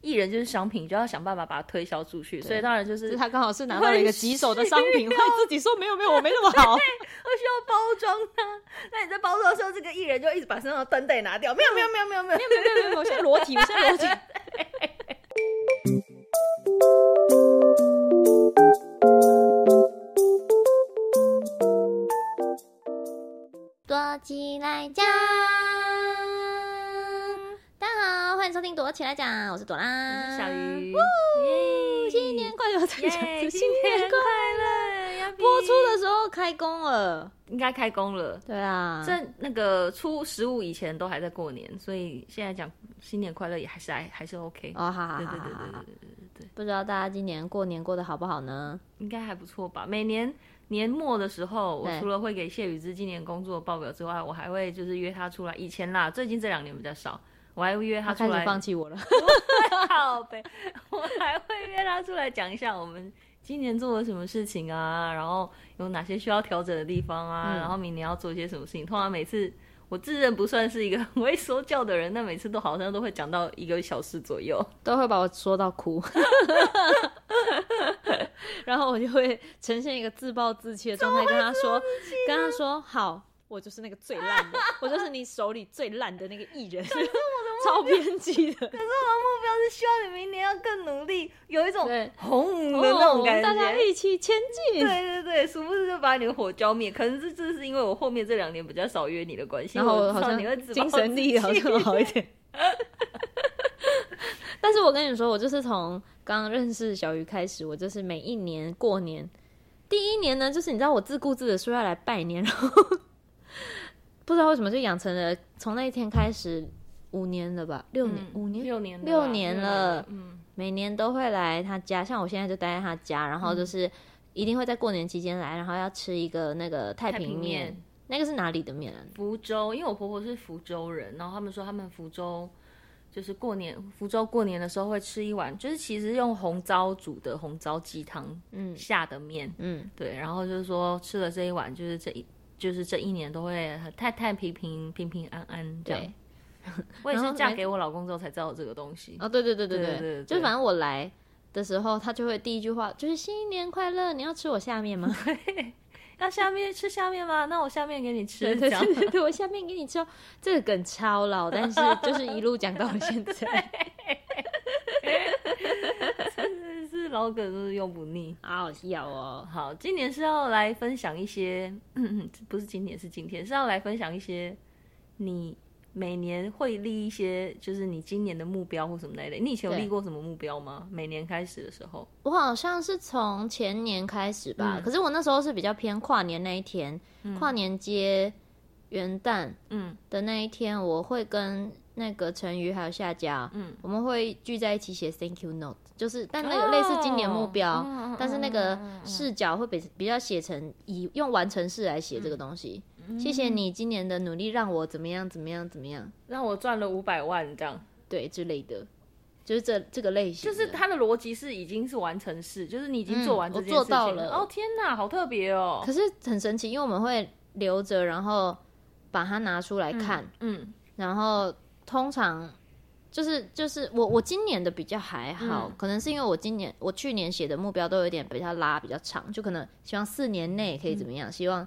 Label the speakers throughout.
Speaker 1: 艺人就是商品，就要想办法把它推销出去，所以当然就
Speaker 2: 只
Speaker 1: 是
Speaker 2: 是他刚好是拿到了一个棘手的商品，会自己说没有没有，我没那么好。
Speaker 1: 会哦需要包装啊。 那你在包装的时候，这个艺人就一直把身上的灯带拿掉，没有没有没有没有没有，
Speaker 2: 没有没有没有没有，我现在裸体，我现在裸体。
Speaker 3: 躲起来讲。大家好，欢迎收听《躲起来讲》，我是朵
Speaker 1: 我
Speaker 3: 拉，
Speaker 1: 嗯是小鱼，耶
Speaker 3: 新年快乐！我在
Speaker 1: 耶
Speaker 3: 讲
Speaker 1: 新年快乐！呀比
Speaker 2: 播出的时候开工了，
Speaker 1: 应该开工了。
Speaker 2: 对啊，
Speaker 1: 这那个初十五以前都还在过年，所以现在讲新年快乐也还是还还是 OK。
Speaker 2: 哦，好好
Speaker 1: 对
Speaker 2: 好
Speaker 1: 对
Speaker 2: 好
Speaker 1: 对
Speaker 2: 好
Speaker 1: 对
Speaker 2: 好
Speaker 1: 对，对对对，
Speaker 2: 不知道大家今年过年过得好不好呢？
Speaker 1: 应该还不错吧？每年年末的时候，我
Speaker 2: 对
Speaker 1: 除了会给谢雨之今年工作报表之外，我还会就是约他出来。以前啦，最近这两年比较少，我还会约他
Speaker 2: 他
Speaker 1: 出
Speaker 2: 开
Speaker 1: 来
Speaker 2: 始。放弃我了，
Speaker 1: 靠北，我还会约他出来讲一下我们今年做了什么事情啊，然后有哪些需要调整的地方啊，
Speaker 2: 嗯
Speaker 1: 然后明年要做些什么事情。通常每次我自认不算是一个很会说教的人，但每次都好像都会讲到一个小时左 右。哦
Speaker 2: 都会把我说到哭。 然后我就会呈现一个自暴自弃的状态，跟他说，
Speaker 1: 啊
Speaker 2: 跟他说，好，我就是那个最烂 的，我就是你手里最烂的那个艺人， 超偏激 的。
Speaker 1: 目标是希望你明年要更努力，有一种
Speaker 2: 对
Speaker 1: 红的那种感
Speaker 2: 哦大家
Speaker 1: 觉。
Speaker 2: 一起前进。
Speaker 1: 对对对，殊不知就把你的火浇灭。可能这这是因为我后面这两年比较少约你的关系，
Speaker 2: 然后
Speaker 1: 我
Speaker 2: 我
Speaker 1: 知
Speaker 2: 好
Speaker 1: 道
Speaker 2: 像
Speaker 1: 你会自暴
Speaker 2: 精神力
Speaker 1: 自
Speaker 2: 好
Speaker 1: 弃
Speaker 2: 像好一点。 但是我跟你说，我就是从刚认识小鱼开始，我就是每一年过年，第一年呢，就是你知道我自顾自的说要来拜年，然后 不知道为什么就养成了从那一天开始五年了吧，六年、
Speaker 1: 嗯
Speaker 2: 五年，
Speaker 1: 六年了
Speaker 2: 六
Speaker 1: 吧
Speaker 2: 年了
Speaker 1: 嗯。
Speaker 2: 每年都会来他家，像我现在就待在他家，然后就是一定会在过年期间来，然后要吃一个那个太
Speaker 1: 太平
Speaker 2: 平面，
Speaker 1: 面
Speaker 2: 那个是哪里的面啊？
Speaker 1: 福州，因为我婆婆是福州人，然后他们说他们福州就是过年，福州过年的时候会吃一碗，就是其实用红糟煮的红糟鸡汤
Speaker 2: 嗯
Speaker 1: 下的面，
Speaker 2: 嗯，
Speaker 1: 对，然后就是说吃了这一碗，就是这一就是这一年都会很太太平平平平安安这样
Speaker 2: 对。啊
Speaker 1: 我也
Speaker 2: 然
Speaker 1: 是
Speaker 2: 后
Speaker 1: 嫁
Speaker 2: 没
Speaker 1: 给我老公之后才知道这个东西。
Speaker 2: 哦，对对对对
Speaker 1: 对
Speaker 2: 对，
Speaker 1: 对对
Speaker 2: 就反正我来的时候，他就会第一句话就是“新年快乐”，你要吃我下面吗？
Speaker 1: 要下面吃下面吗？那我下面给你 吃，
Speaker 2: 对
Speaker 1: 这
Speaker 2: 对
Speaker 1: 样
Speaker 2: 对对对，我下面给你吃哦。这个梗超老，但是就是一路讲到了 现在，
Speaker 1: 真是老梗，真是用不腻。
Speaker 2: 好好笑哦。
Speaker 1: 好，今年是要来分享一些，嗯不是今年是今天，是要来分享一些你每年会立一些，就是你今年的目标或什么那一类。你以前有
Speaker 2: 对
Speaker 1: 立过什么目标吗？每年开始的时候，
Speaker 2: 我好像是从前年开始吧，
Speaker 1: 嗯
Speaker 2: 可是我那时候是比较偏跨年那一天，跨年接元旦
Speaker 1: 嗯
Speaker 2: 的那一天，我会跟那个陈瑜还有夏家，
Speaker 1: 嗯，
Speaker 2: 我们会聚在一起写 thank you note，就是但那个类似今年目标，
Speaker 1: 哦嗯
Speaker 2: 但是那个
Speaker 1: 嗯嗯嗯嗯
Speaker 2: 视角会比比较写成以用完成式来写这个东西。
Speaker 1: 嗯
Speaker 2: 谢谢你今年的努力，让我怎么样怎么样怎么样，
Speaker 1: 让我赚了五百万这样。
Speaker 2: 对之类的，就是这这个类型
Speaker 1: 就
Speaker 2: 的，
Speaker 1: 是它的逻辑是已经是完成式，就是你已经做完这件事情
Speaker 2: 嗯我做到了
Speaker 1: 哦天哪，好特别哦
Speaker 2: 可！是很神奇，因为我们会留着，然后把它拿出来看，
Speaker 1: 嗯，
Speaker 2: 然后通常。就是就是我我今年的比较还好，
Speaker 1: 嗯
Speaker 2: 可能是因为我今年我去年写的目标都有点比较拉比较长，就可能希望四年内可以怎么样，希望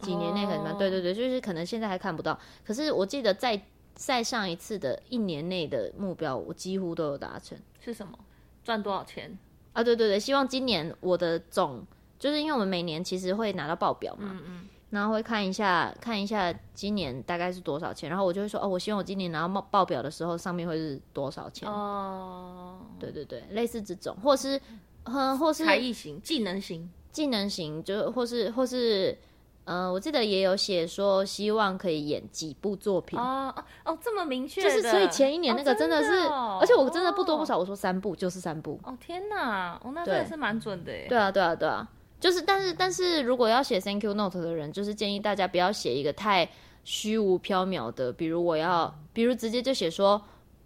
Speaker 2: 几年内可以怎么样，
Speaker 1: 嗯哦
Speaker 2: 对对对，就是可能现在还看不到，可是我记得在在上一次的一年内的目标，我几乎都有达成
Speaker 1: 是什么？赚多少钱？
Speaker 2: 啊，对对对，希望今年我的总就是因为我们每年其实会拿到报表嘛，
Speaker 1: 嗯嗯，
Speaker 2: 然后会看一下看一下今年大概是多少钱，然后我就会说哦，我希望我今年拿到报报表的时候上面会是多少钱，
Speaker 1: 哦，
Speaker 2: 对对对，类似这种，或是嗯，或是
Speaker 1: 才艺型、技能型，
Speaker 2: 技能型，就或是或是呃，我记得也有写说希望可以演几部作品。
Speaker 1: 哦哦哦，这么明确
Speaker 2: 就
Speaker 1: 的，
Speaker 2: 是，所以前一年那个
Speaker 1: 哦真
Speaker 2: 真的是，
Speaker 1: 哦
Speaker 2: 而且我真的不多不。少，我说三部就是三部。
Speaker 1: 哦哦天哪，哦那真的
Speaker 2: 对
Speaker 1: 是蛮准的耶。
Speaker 2: 对啊，对啊，对啊，就是，但是，但是如果要写 thank you note 的人，就是建议大家不要写一个太虚无缥缈的，比如我要，比如直接就写说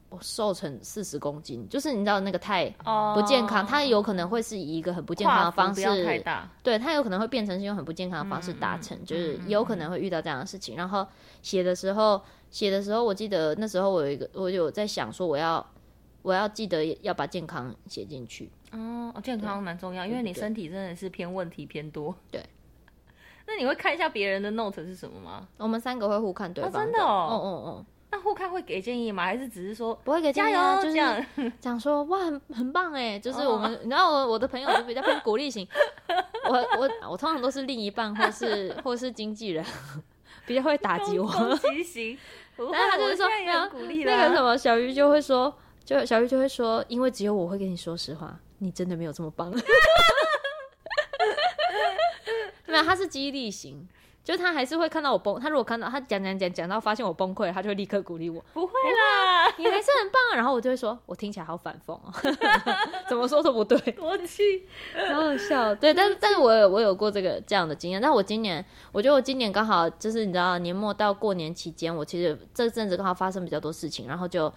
Speaker 2: 我瘦成四十公斤，就是你知道那个太
Speaker 1: 哦，
Speaker 2: 不健康，它有可能会是以一个很不健康的
Speaker 1: 跨
Speaker 2: 方
Speaker 1: 幅不
Speaker 2: 式，
Speaker 1: 要太大。
Speaker 2: 对，它有可能会变成是用很不健康的方式达成，
Speaker 1: 嗯嗯
Speaker 2: 就是有可能会遇到这样的事情。然后写的时候，写的时候，我记得那时候我有一个，我有在想说我要。我要记得要把健康写进去。
Speaker 1: 哦，健康蛮重要，因为你
Speaker 2: 对
Speaker 1: 身体真的是偏问题偏多。
Speaker 2: 对。
Speaker 1: 那你会看一下别人的 note 是什么吗？
Speaker 2: 我们三个会互看对方
Speaker 1: 哦真的哦
Speaker 2: 哦哦哦，
Speaker 1: 那互看会给建议吗？还是只是说
Speaker 2: 不会给
Speaker 1: 加
Speaker 2: 建议
Speaker 1: 油、
Speaker 2: 啊就
Speaker 1: 这
Speaker 2: 是
Speaker 1: 样？
Speaker 2: 讲说哇很很棒哎，就是
Speaker 1: 哦
Speaker 2: 我们，你知道我我的朋友就比较偏鼓 励型，我我我通常都是另一半或是 或是经纪人比较会打击我，
Speaker 1: 攻击型，不会 啊
Speaker 2: 然后他就
Speaker 1: 我
Speaker 2: 会说
Speaker 1: 现在也
Speaker 2: 没有
Speaker 1: 很鼓励
Speaker 2: 那个什
Speaker 1: 么，
Speaker 2: 么小鱼就会说，就小鱼就会说，因为只有我会跟你说实话，你真的没有这么棒。 没有，他是激励型，就他还是会看到我崩。他如果看到他讲讲讲讲到发现我崩溃了，他就会立刻鼓励我，
Speaker 1: 不会啦，
Speaker 2: 你还是很棒啊。然后我就会说，我听起来好反讽哦， 怎么说都不对。
Speaker 1: 多气。
Speaker 2: 好好笑。对，但但是我有我有过这个这样的经验，但我今年我觉得我今年刚好就是你知道年末到过年期间，我其实这阵子刚好发生比较多事情，然后就。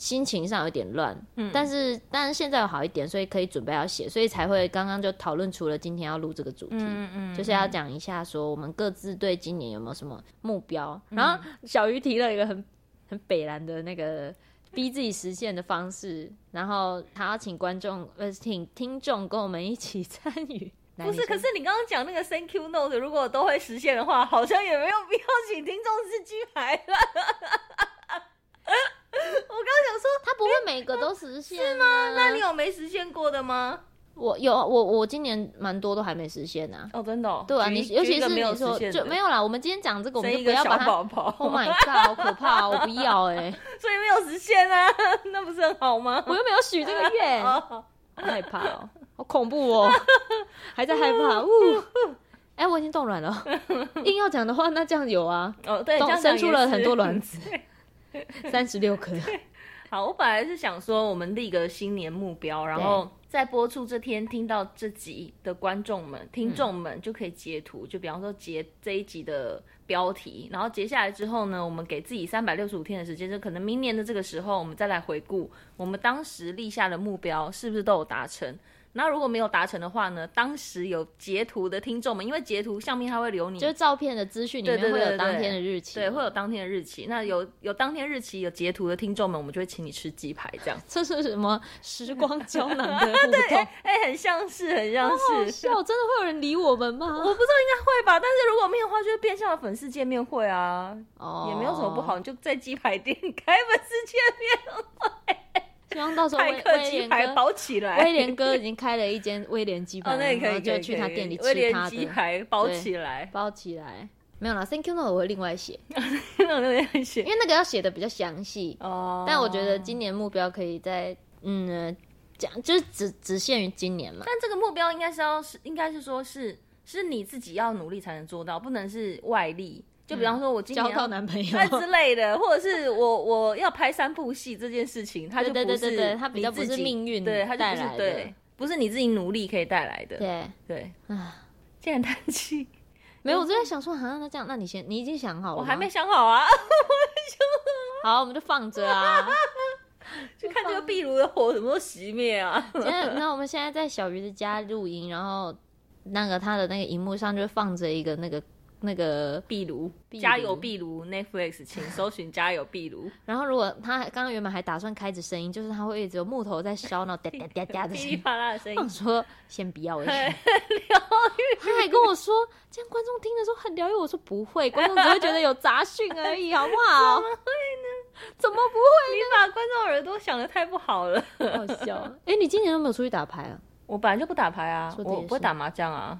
Speaker 2: 心情上有点乱，嗯，但是但是现在有好一点，所以可以准备要写，所以才会刚刚就讨论出了今天要录这个主题，
Speaker 1: 嗯
Speaker 2: 就是要讲一下说我们各自对今年有没有什么目标。
Speaker 1: 嗯
Speaker 2: 然后小鱼提了一个很很北蓝的那个逼自己实现的方式，然后他要请观众呃请听众跟我们一起 参与。
Speaker 1: 不是，可
Speaker 2: 是
Speaker 1: 是你刚刚讲那个 thank you note，如果都会实现的话，好像也没有必要请听众吃鸡排了。
Speaker 2: 他不会每个都实现、是吗？
Speaker 1: 那你有没实现过的吗？
Speaker 2: 我有啊我我今年蛮多都还没实现啊。
Speaker 1: 哦，真的、哦，
Speaker 2: 对啊，你
Speaker 1: 举一
Speaker 2: 尤
Speaker 1: 举
Speaker 2: 其
Speaker 1: 一
Speaker 2: 是
Speaker 1: 个没有
Speaker 2: 你
Speaker 1: 实
Speaker 2: 说
Speaker 1: 现
Speaker 2: 就
Speaker 1: 的
Speaker 2: 没有啦，我们今天讲这个，我们
Speaker 1: 生一
Speaker 2: 就不
Speaker 1: 个
Speaker 2: 要
Speaker 1: 小
Speaker 2: 把它。
Speaker 1: 宝宝
Speaker 2: Oh my god，好可怕、哦！我不要哎、
Speaker 1: 所以没有实现啊， 那不是很好吗？
Speaker 2: 我又没有许这个 愿。
Speaker 1: 哦
Speaker 2: 好害怕哦，好恐怖 哦，还在害怕。呜，哎、我已经冻卵 了。硬要讲的话，那这样有啊，
Speaker 1: 哦，对，这
Speaker 2: 冻
Speaker 1: 样
Speaker 2: 生
Speaker 1: 讲
Speaker 2: 出
Speaker 1: 也
Speaker 2: 了
Speaker 1: 是
Speaker 2: 很多 卵。子，三十六颗。
Speaker 1: 好，我本来是想说我们立个新年目标，然后在播出这天听到这集的观众们、听众们就可以截图，就比方说截这一集的标题，然后截下来之后呢，我们给自己三百六十五天的时间，就可能明年的这个时候，我们再来回顾我们当时立下的目标是不是都有达成。那如果没有达成的话呢？当时有截图的听众们，因为截图上面它会留你
Speaker 2: 就是照片的资讯里面
Speaker 1: 对对
Speaker 2: 会
Speaker 1: 对
Speaker 2: 有当
Speaker 1: 对
Speaker 2: 天的日期，
Speaker 1: 对，会有当天的日期。那有有当天日期有截图的听众们，我们就会请你吃鸡排，这样。
Speaker 2: 这是什么时光胶囊的 互动？
Speaker 1: 哎、很像是，很像
Speaker 2: 好
Speaker 1: 是，
Speaker 2: 笑，真的会有人理我们吗？
Speaker 1: 会吧？但是如果没有的话，就是变相的粉丝见面会啊，
Speaker 2: 哦
Speaker 1: 也没有什么不好，。你就在鸡排店 开粉丝见
Speaker 2: 希望到时候威
Speaker 1: 派克
Speaker 2: 威
Speaker 1: 鸡
Speaker 2: 廉
Speaker 1: 排
Speaker 2: 哥，
Speaker 1: 包起来。
Speaker 2: 威廉哥已经开了一间威廉鸡
Speaker 1: 哦，
Speaker 2: 排了，
Speaker 1: 那也可
Speaker 2: 然
Speaker 1: 以，
Speaker 2: 后
Speaker 1: 可
Speaker 2: 就
Speaker 1: 以
Speaker 2: 去
Speaker 1: 可
Speaker 2: 他
Speaker 1: 以
Speaker 2: 店里
Speaker 1: 威
Speaker 2: 吃
Speaker 1: 廉
Speaker 2: 他
Speaker 1: 鸡
Speaker 2: 的，
Speaker 1: 排包
Speaker 2: 对
Speaker 1: 起来，
Speaker 2: 包起来。没有啦，Thank you note 我会另外写，
Speaker 1: 那边写
Speaker 2: 因为那个要写的比较详细。
Speaker 1: 哦。
Speaker 2: 但我觉得，今年目标可以在嗯呃讲、就是只只限于今年嘛。
Speaker 1: 但这个目标应该是要是，应该是说是是你自己要努力才能做到，不能是外力。就比方
Speaker 2: 嗯
Speaker 1: 说，我今年
Speaker 2: 交
Speaker 1: 要
Speaker 2: 到男朋友，
Speaker 1: 那之类的，或者是我我要拍三部戏这件事情，它就不
Speaker 2: 对
Speaker 1: 是
Speaker 2: 对对对对它比较
Speaker 1: 你自己
Speaker 2: 不是命运
Speaker 1: 对，它就
Speaker 2: 嗯带
Speaker 1: 不是
Speaker 2: 来的
Speaker 1: 对，不是你自己努力可以带来的。
Speaker 2: 对，
Speaker 1: 对，
Speaker 2: 啊，
Speaker 1: 竟然叹 气，
Speaker 2: 没有，我就在想说，好、啊、像那这样，那你先，你已经想好了吗？
Speaker 1: 我还没想好 啊，
Speaker 2: 好，我们就放着 啊。
Speaker 1: 就看这个壁炉的火什么时候熄灭 啊。
Speaker 2: 现在，那我们现在在小鱼的家录音，然后那个他的那个荧幕上就放着一个那个那个，
Speaker 1: 壁炉，
Speaker 2: 炉
Speaker 1: 加油壁炉，Netflix，请搜寻加油壁 炉。
Speaker 2: 然后如果他刚刚原本还打算开着声音，就是他会一直有木头在烧，然后哒哒哒哒的
Speaker 1: 噼
Speaker 2: 声
Speaker 1: 里
Speaker 2: 音。
Speaker 1: 啪啦的声
Speaker 2: 我
Speaker 1: 音，
Speaker 2: 说先不要我他还跟我说， 这样观众听的时候很疗愈。我说不会，观众只会觉得有杂讯而已，好不 好？ 怎么会
Speaker 1: 你把观众耳朵想的太不好 了。
Speaker 2: 呢？好笑。哎、你今年有没有出去打牌啊？
Speaker 1: 我本来就不打牌啊，
Speaker 2: 说得也
Speaker 1: 我不会
Speaker 2: 是
Speaker 1: 打麻将啊，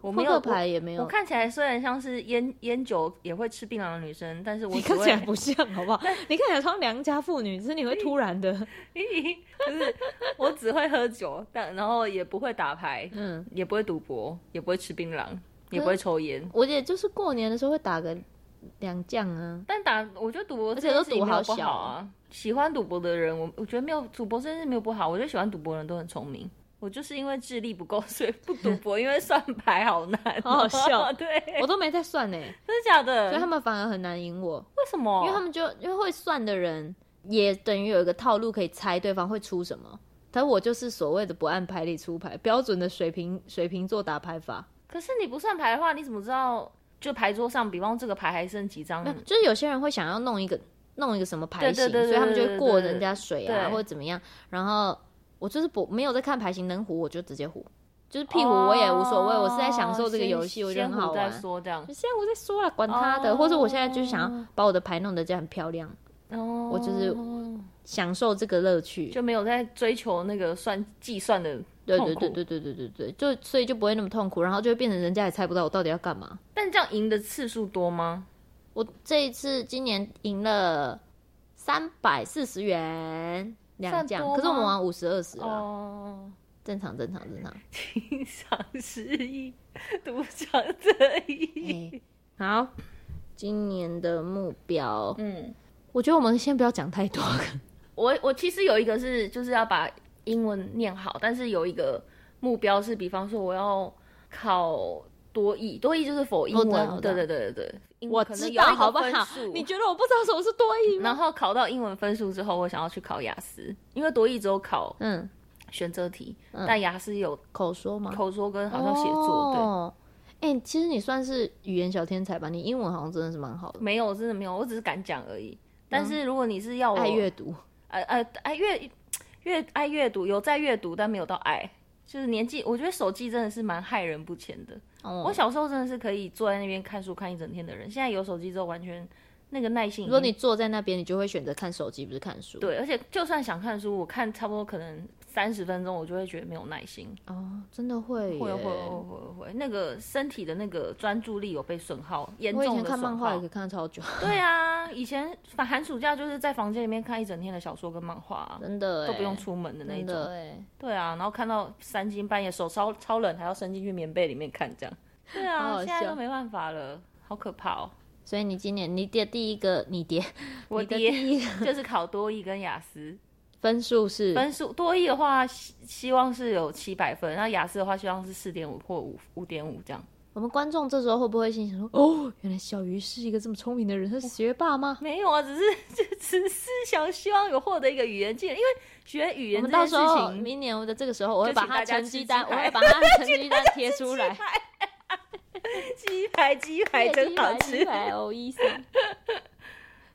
Speaker 1: 我没
Speaker 2: 扑
Speaker 1: 有
Speaker 2: 克牌也没
Speaker 1: 我
Speaker 2: 有，
Speaker 1: 看起来虽然像是烟烟酒也会吃槟榔的女生，但是我
Speaker 2: 你
Speaker 1: 只
Speaker 2: 看
Speaker 1: 会
Speaker 2: 起来不像，好不好？ 你看起来像良家妇女，只是你会突然的，
Speaker 1: 就是我只会喝酒，但然后也不会打牌，
Speaker 2: 嗯。
Speaker 1: 也不会赌博，也不会吃槟榔，也不会抽烟。
Speaker 2: 我也就是过年的时候会打个两将 啊，
Speaker 1: 但打我觉得赌博
Speaker 2: 而
Speaker 1: 这
Speaker 2: 且
Speaker 1: 件
Speaker 2: 都
Speaker 1: 事情
Speaker 2: 赌
Speaker 1: 没有
Speaker 2: 好
Speaker 1: 不
Speaker 2: 小
Speaker 1: 好啊。喜欢赌博的人，我我觉得没有赌博这件事没有不好，我觉得喜欢赌博的人都很聪明。我就是因为智力不够，所以不赌 博，因为算牌好难哦、
Speaker 2: 好好笑
Speaker 1: 对，
Speaker 2: 我都没在算呢、
Speaker 1: 真的假
Speaker 2: 所以他
Speaker 1: 的？
Speaker 2: 们反而很难赢我，
Speaker 1: 为什么？
Speaker 2: 因为他们就因为会算的人也等于有一个套路可以猜对方会出什么，但我就是所谓的不按牌理出牌，标准的水瓶水瓶座打牌法。
Speaker 1: 可是你不算牌的话，你怎么知道？就牌桌上，比方这个牌还剩几张
Speaker 2: 没有，？就是有些人会想要弄一个弄一个什么牌型，
Speaker 1: 嗯对对对对
Speaker 2: 所以他们就会过
Speaker 1: 对对
Speaker 2: 人家水啊，
Speaker 1: 对
Speaker 2: 或者怎么样。然后我就是不没有在看牌型，能糊我就直接糊，就是屁糊我也无所谓，我是在享受这个游戏，
Speaker 1: 先
Speaker 2: 我觉得很好
Speaker 1: 哦先
Speaker 2: 玩
Speaker 1: 胡再。说哦这样，
Speaker 2: 现在我在说了，管他的
Speaker 1: 哦
Speaker 2: 或者我现在就是想要把我的牌弄得这样很漂亮，
Speaker 1: 哦，
Speaker 2: 我就是享受这个乐趣。
Speaker 1: 就没有在追求那个算计算的
Speaker 2: 对
Speaker 1: 痛
Speaker 2: 对
Speaker 1: 苦
Speaker 2: 对对对对对对，就所以就不会那么痛苦，然后就会变成人家也猜不到我到底要干嘛。
Speaker 1: 但这样赢的次数多吗？
Speaker 2: 我这一次今年赢了三百四十元两
Speaker 1: 算
Speaker 2: 奖，
Speaker 1: 多
Speaker 2: 可是我们
Speaker 1: 吗
Speaker 2: 玩五十二十了，
Speaker 1: 哦，
Speaker 2: 正常正常正常。
Speaker 1: 欣赏失意，独享得意。
Speaker 2: 哎好，今年的目标，
Speaker 1: 嗯，
Speaker 2: 我觉得我们先不要讲太多。
Speaker 1: 我我其实有一个是就是要把英文念好，但是有一个目标是，比方说我要考多译，多译就是否英
Speaker 2: 我知
Speaker 1: 文，
Speaker 2: 道我知道
Speaker 1: 对对对对对，英
Speaker 2: 啊我
Speaker 1: 文可能
Speaker 2: 知
Speaker 1: 有
Speaker 2: 道
Speaker 1: 一个
Speaker 2: 好不好
Speaker 1: 分数？
Speaker 2: 你觉得我不知道什么是多义
Speaker 1: 然
Speaker 2: 吗？
Speaker 1: 后考到英文分数之后，我想要去考雅思，因为多译只有考
Speaker 2: 嗯，
Speaker 1: 选择题，但雅思有
Speaker 2: 口说吗？
Speaker 1: 口说跟好像写作，对。
Speaker 2: 哦哎、其实你算是语言小天才吧？你英文好像真的是蛮好的，
Speaker 1: 没有，真的没有，我只是敢讲而已。但是如果你是要我
Speaker 2: 爱阅读。
Speaker 1: 呃呃爱阅阅爱阅读，有在阅读，但没有到爱，就是年纪，我觉得手机真的是蛮害人不浅的。
Speaker 2: 哦
Speaker 1: 我小时候真的是可以坐在那边看书看一整天的人，现在有手机之后，完全那个耐性已经。
Speaker 2: 如果你坐在那边，你就会选择看手机，不是看书。
Speaker 1: 嗯对，而且就算想看书，我看差不多可能三十分钟，我就会觉得没有耐心。
Speaker 2: 哦，真的会耶
Speaker 1: 会会会会会，那个身体的那个专注力有被损耗，严
Speaker 2: 我以
Speaker 1: 重
Speaker 2: 前
Speaker 1: 的
Speaker 2: 看
Speaker 1: 损
Speaker 2: 漫画
Speaker 1: 耗
Speaker 2: 也可。以看超 久，
Speaker 1: 对啊，以前寒寒暑假就是在房间里面看一整天的小说跟漫画、啊，
Speaker 2: 真的
Speaker 1: 都
Speaker 2: 都
Speaker 1: 不用出门的那一
Speaker 2: 真
Speaker 1: 种
Speaker 2: 的。哎，
Speaker 1: 对啊，然后看到三更半夜，手超超冷，还要伸进去棉被里面看这样。对啊，
Speaker 2: 好好
Speaker 1: 现在
Speaker 2: 笑
Speaker 1: 都没办法了，好可怕哦！
Speaker 2: 所以你今年你的第一个你爹
Speaker 1: 我
Speaker 2: 你的
Speaker 1: 爹
Speaker 2: 第一
Speaker 1: 就是考多益跟雅思
Speaker 2: 分数是
Speaker 1: 分数，多益的话希希望是有七百分，那雅思的话希望是四点五或五五点五这样。
Speaker 2: 我们观众这时候会不会心想说哦，原来小鱼是一个这么聪明的人，
Speaker 1: 哦
Speaker 2: 他是学霸吗？
Speaker 1: 没有啊，只是 就只是想希望有获得一个语言技能，因为学语
Speaker 2: 我
Speaker 1: 言
Speaker 2: 们
Speaker 1: 这
Speaker 2: 到
Speaker 1: 件
Speaker 2: 时
Speaker 1: 事
Speaker 2: 候
Speaker 1: 情
Speaker 2: 明年我的这个时候，我会把
Speaker 1: 就请
Speaker 2: 他
Speaker 1: 大家
Speaker 2: 成绩单，
Speaker 1: 吃
Speaker 2: 我
Speaker 1: 鸡排
Speaker 2: 会把他的成绩 单贴出来，
Speaker 1: 鸡排鸡排真好吃。
Speaker 2: 哦，医生。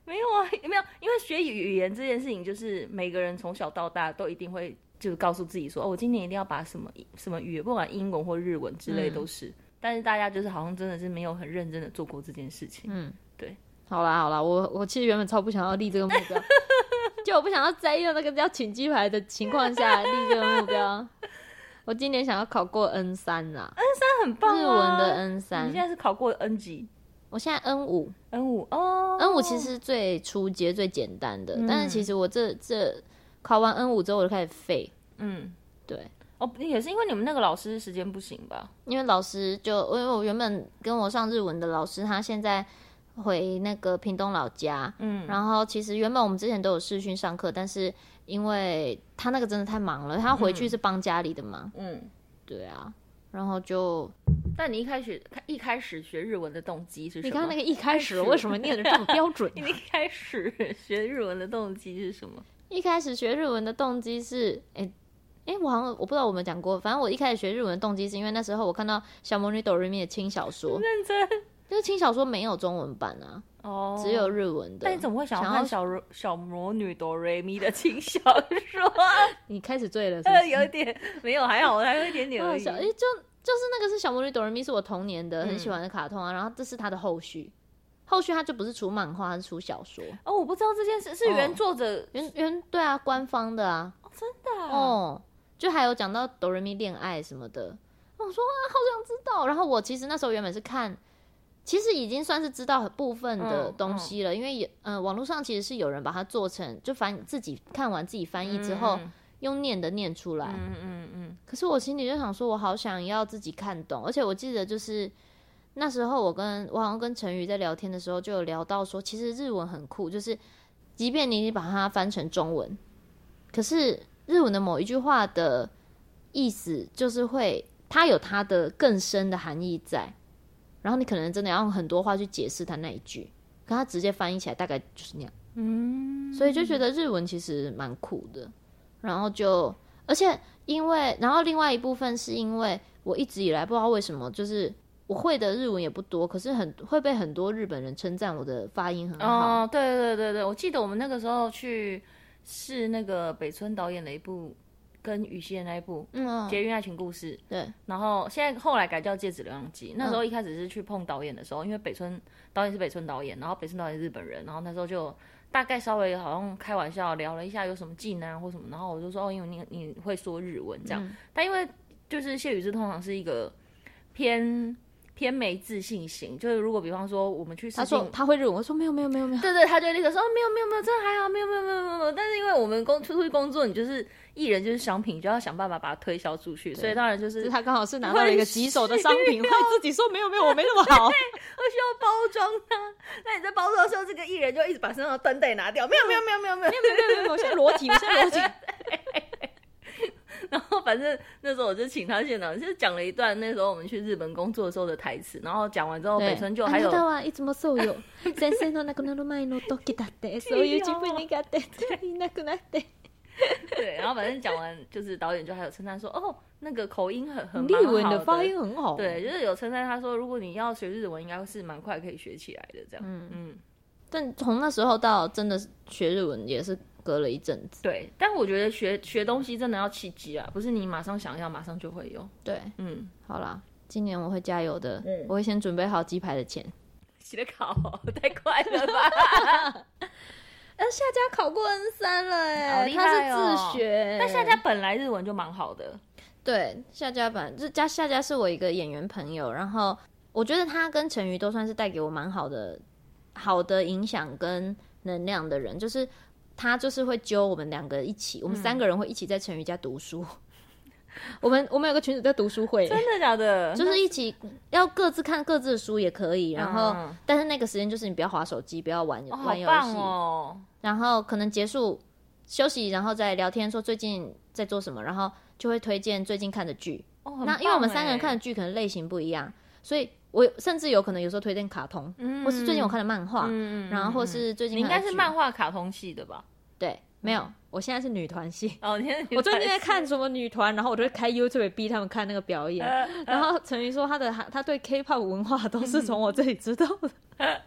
Speaker 1: 没有啊， 没有，因为学语言这件事情，就是每个人从小到大都一定会就是告诉自己说，哦，我今年一定要把什么什么语言，不管英文或日文之类
Speaker 2: 嗯
Speaker 1: 都是。但是大家就是好像真的是没有很认真的做过这件事情。
Speaker 2: 嗯，
Speaker 1: 对。
Speaker 2: 好啦好啦，我我其实原本超不想要立这个目标，就我不想要在意到那个要请鸡排的情况下立这个目标。我今年想要考过 N 三啦，
Speaker 1: 那很棒、啊、
Speaker 2: 日文的 N
Speaker 1: 你
Speaker 2: 三
Speaker 1: 现，在是考过 N 几
Speaker 2: 我现在 N 五
Speaker 1: ？N 五哦
Speaker 2: ，N 五其实是最初阶最简单的，
Speaker 1: 嗯
Speaker 2: 但是其实我这这考完 N 五之后我就开始废，
Speaker 1: 嗯，
Speaker 2: 对。
Speaker 1: 哦，也是因为你们那个老师时间不行吧？
Speaker 2: 因为老师就因为我原本跟我上日文的老师，他现在回那个屏东老家，
Speaker 1: 嗯，
Speaker 2: 然后其实原本我们之前都有视讯上课，但是因为他那个真的太忙了，他回去是帮家里的忙，
Speaker 1: 嗯。
Speaker 2: 对啊，然后就
Speaker 1: 但你一开始看一开始学日文的动机是什么？
Speaker 2: 你刚刚那个一开始
Speaker 1: 开始？
Speaker 2: 为什么念的这么标准
Speaker 1: 你一开始学日文的动机是什么？
Speaker 2: 一开始学日文的动机是，哎、哎、我好像我不知道我们讲过，反正我一开始学日文的动机是因为那时候我看到小魔女哆瑞咪的轻小说，
Speaker 1: 认真
Speaker 2: 就是轻小说没有中文版啊，
Speaker 1: 哦，
Speaker 2: 只有日文的。
Speaker 1: 但你怎么会想要
Speaker 2: 想要
Speaker 1: 看小柔小魔女哆瑞咪的轻 小说啊？
Speaker 2: 你开始醉了是不
Speaker 1: 呃，
Speaker 2: 是？
Speaker 1: 有一点没有， 还好，我还有一点点
Speaker 2: 好
Speaker 1: 而
Speaker 2: 好
Speaker 1: 已
Speaker 2: 笑，。哎、就就是那个是小魔女哆瑞咪，是我童年的很
Speaker 1: 嗯
Speaker 2: 喜欢的卡通啊。然后这是它的后续，后续它就不是出漫画，它是出小说。
Speaker 1: 哦，我不知道这件事是原作者
Speaker 2: 原原对啊，官方的啊，
Speaker 1: 真的啊
Speaker 2: 哦，就还有讲到哆瑞咪恋爱什么的。我说啊，好想知道。然后我其实那时候原本是看，其实已经算是知道部分的
Speaker 1: 嗯
Speaker 2: 东西了，因为也嗯、网络上其实是有人把它做成就翻自己看完自己翻译之后，
Speaker 1: 嗯
Speaker 2: 用念的念出来。
Speaker 1: 嗯嗯嗯
Speaker 2: 可是我心里就想说，我好想要自己看懂，而且我记得就是那时候我跟我好像跟陈宇在聊天的时候，就有聊到说，其实日文很酷，就是即便你把它翻成中文，可是日文的某一句话的意思就是会，它有它的更深的含义在，然后你可能真的要用很多话去解释它那一句，可它直接翻译起来大概就是那样。
Speaker 1: 嗯
Speaker 2: 所以就觉得日文其实蛮酷的。然后就，而且因为，然后另外一部分是因为我一直以来不知道为什么，就是我会的日文也不多，可是很会被很多日本人称赞我的发音很好。
Speaker 1: 哦，对对对对，我记得我们那个时候去试那个北村导演的一部跟羽西的那一部
Speaker 2: 嗯
Speaker 1: 《捷运爱情故事》，
Speaker 2: 对，
Speaker 1: 然后现在后来改叫《戒指流浪记》。那时候一开始是去碰导演的时候，因为北村导演是北村导演，然后北村导演是日本人，然后那时候就大概稍微好像开玩笑聊了一下有什么技能啊或什么，然后我就说哦，因为你你会说日文这样，但因为就是谢宇之通常是一个偏偏没自信型，就是如果比方说我们去试
Speaker 2: 他说
Speaker 1: 镜
Speaker 2: 他会日文，我说没有没有没有没有，
Speaker 1: 对对，他就会立刻说、哦、没有没有没有，这还好，没有没有没有没有没有。但是因为我们工出去工作，你就是艺人就是商品，你就要想办法把它推销出去，所以当然就是
Speaker 2: 他刚好是拿到了一个棘手的商 品，会自己说没有没有，我没那么 好。
Speaker 1: 会需要包装啊。那你在包装的时候，这个艺人就一直把身上的灯带拿掉，没有没有没有没有没 有。
Speaker 2: 没有没有没有，我现在裸体，我现在裸体。
Speaker 1: 然后反正那时候我就请他现场，就是讲了一段那时候我们去日本工作的时候的台词。然后讲完之后，北村就还有
Speaker 2: あなたはいつもそう よ。先生の亡くなる前の時だって、そういう自分にがって、いなくなって。
Speaker 1: 对，然后反正讲完就是导演就还有称赞说，哦，那个口音很很
Speaker 2: 立
Speaker 1: 蛮
Speaker 2: 文
Speaker 1: 好
Speaker 2: 的发音很好。
Speaker 1: 对，，就是有称赞他说，如果你要学日文，应该是蛮快可以学起来的这样。嗯嗯，
Speaker 2: 但从那时候到真的学日文也是隔了一阵子。
Speaker 1: 对。但我觉得学学东西真的要契机啊，不是你马上想要马上就会有。
Speaker 2: 对，
Speaker 1: 嗯，
Speaker 2: 好啦，今年我会加油的，
Speaker 1: 嗯
Speaker 2: 我会先准备好鸡排的钱。
Speaker 1: 写的好，太快了 吧？
Speaker 2: 呃，夏家考过 N 三了
Speaker 1: 好
Speaker 2: 哎
Speaker 1: 厉害哦
Speaker 2: 他是自学，
Speaker 1: 但夏家本来日文就蛮好的，
Speaker 2: 对夏家版，这家夏家是我一个演员朋友，然后我觉得他跟陈瑜都算是带给我蛮好的好的影响跟能量的人，就是他就是会揪我们两个一起，我们三个人会一起在陈瑜家读书。我们我们有个群组在读书会，
Speaker 1: 真的假的？
Speaker 2: 就是一起要各自看各自的书也可以，然后、
Speaker 1: 啊嗯
Speaker 2: 但是那个时间就是你不要划手机，不要玩、
Speaker 1: 哦，好
Speaker 2: 玩游
Speaker 1: 棒
Speaker 2: 戏，
Speaker 1: 哦！
Speaker 2: 然后可能结束休息，然后再聊天说最近在做什么，然后就会推荐最近看的剧。
Speaker 1: 哦，很
Speaker 2: 那
Speaker 1: 棒
Speaker 2: 因为我们三个人
Speaker 1: 哎
Speaker 2: 看的剧可能类型不一样，所以我有甚至有可能有时候推荐卡通，
Speaker 1: 嗯
Speaker 2: 或是最近我看的漫画，
Speaker 1: 嗯嗯
Speaker 2: 然后或是最近
Speaker 1: 你应该是漫
Speaker 2: 画
Speaker 1: 画卡通系的吧？
Speaker 2: 对，没有，我现在是女团系。
Speaker 1: 哦， 你看
Speaker 2: 我最近在看什么女团，然后我就会开 YouTube 逼他们看那个表演。
Speaker 1: 呃
Speaker 2: 然后陈宇说他的他对 K-pop 文化都
Speaker 1: 嗯
Speaker 2: 是从我这里知道 的，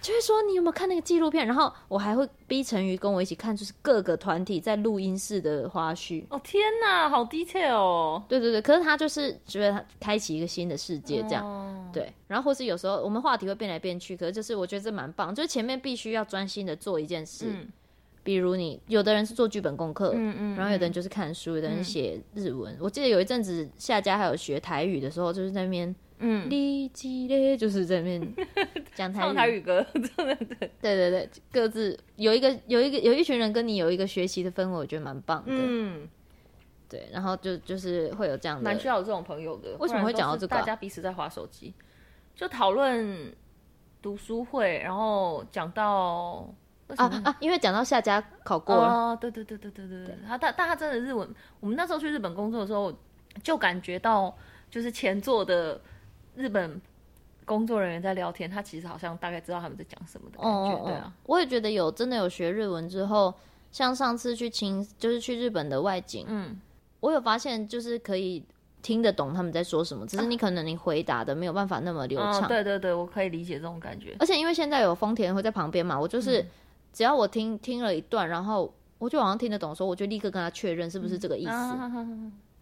Speaker 2: 就会说你有没有看那个纪录片？然后我还会逼陈宇跟我一起看，就是各个团体在录音室的花絮。
Speaker 1: 哦天哪，好 detail 哦！
Speaker 2: 对对对，可是他就是觉得他开启一个新的世界这样。
Speaker 1: 样，
Speaker 2: 对，然后或是有时候我们话题会变来变去，可是就是我觉得这蛮棒，就是前面必须要专心的做一件事，
Speaker 1: 嗯
Speaker 2: 比如你有的人是做剧本功课，
Speaker 1: 嗯嗯，
Speaker 2: 然后有的人就是看书，有的人写日文。我记得有一阵子夏家还有学台语的时候，就是在那边
Speaker 1: 嗯，
Speaker 2: 哩叽咧，就是在那 边讲台
Speaker 1: 唱
Speaker 2: 语。
Speaker 1: 台语歌，真的对，
Speaker 2: 对对对，各自有一个有一个有一群人跟你有一个学习的氛围，我觉得蛮棒的。
Speaker 1: 嗯，
Speaker 2: 对，然后就就是会有这样的
Speaker 1: 蛮需要有这种朋友的。
Speaker 2: 为什么会讲到这个
Speaker 1: 不然都是大
Speaker 2: 啊
Speaker 1: 家彼此在划手机，就讨论读书会，然后讲到为什
Speaker 2: 啊
Speaker 1: 么
Speaker 2: 啊，因为讲到夏家考过了，
Speaker 1: 哦，对对对对对对对，他但但他真的日文，我们那时候去日本工作的时候，就感觉到就是前座的日本工作人员在聊天，他其实好像大概知道他们在讲什么的感
Speaker 2: 哦
Speaker 1: 觉，对啊，
Speaker 2: 我也觉得有真的有学日文之后，像上次去青就是去日本的外景，
Speaker 1: 嗯，
Speaker 2: 我有发现就是可以听得懂他们在说什么，只是你可能你回答的没有办法那么流畅。
Speaker 1: 哦，对对对，我可以理解这种感觉，
Speaker 2: 而且因为现在有丰田会在旁边嘛，
Speaker 1: 嗯
Speaker 2: 我就是只要我听听了一段，然后我就好像听得懂的时候，我就立刻跟他确认是不是这个意思。
Speaker 1: 啊哈哈哈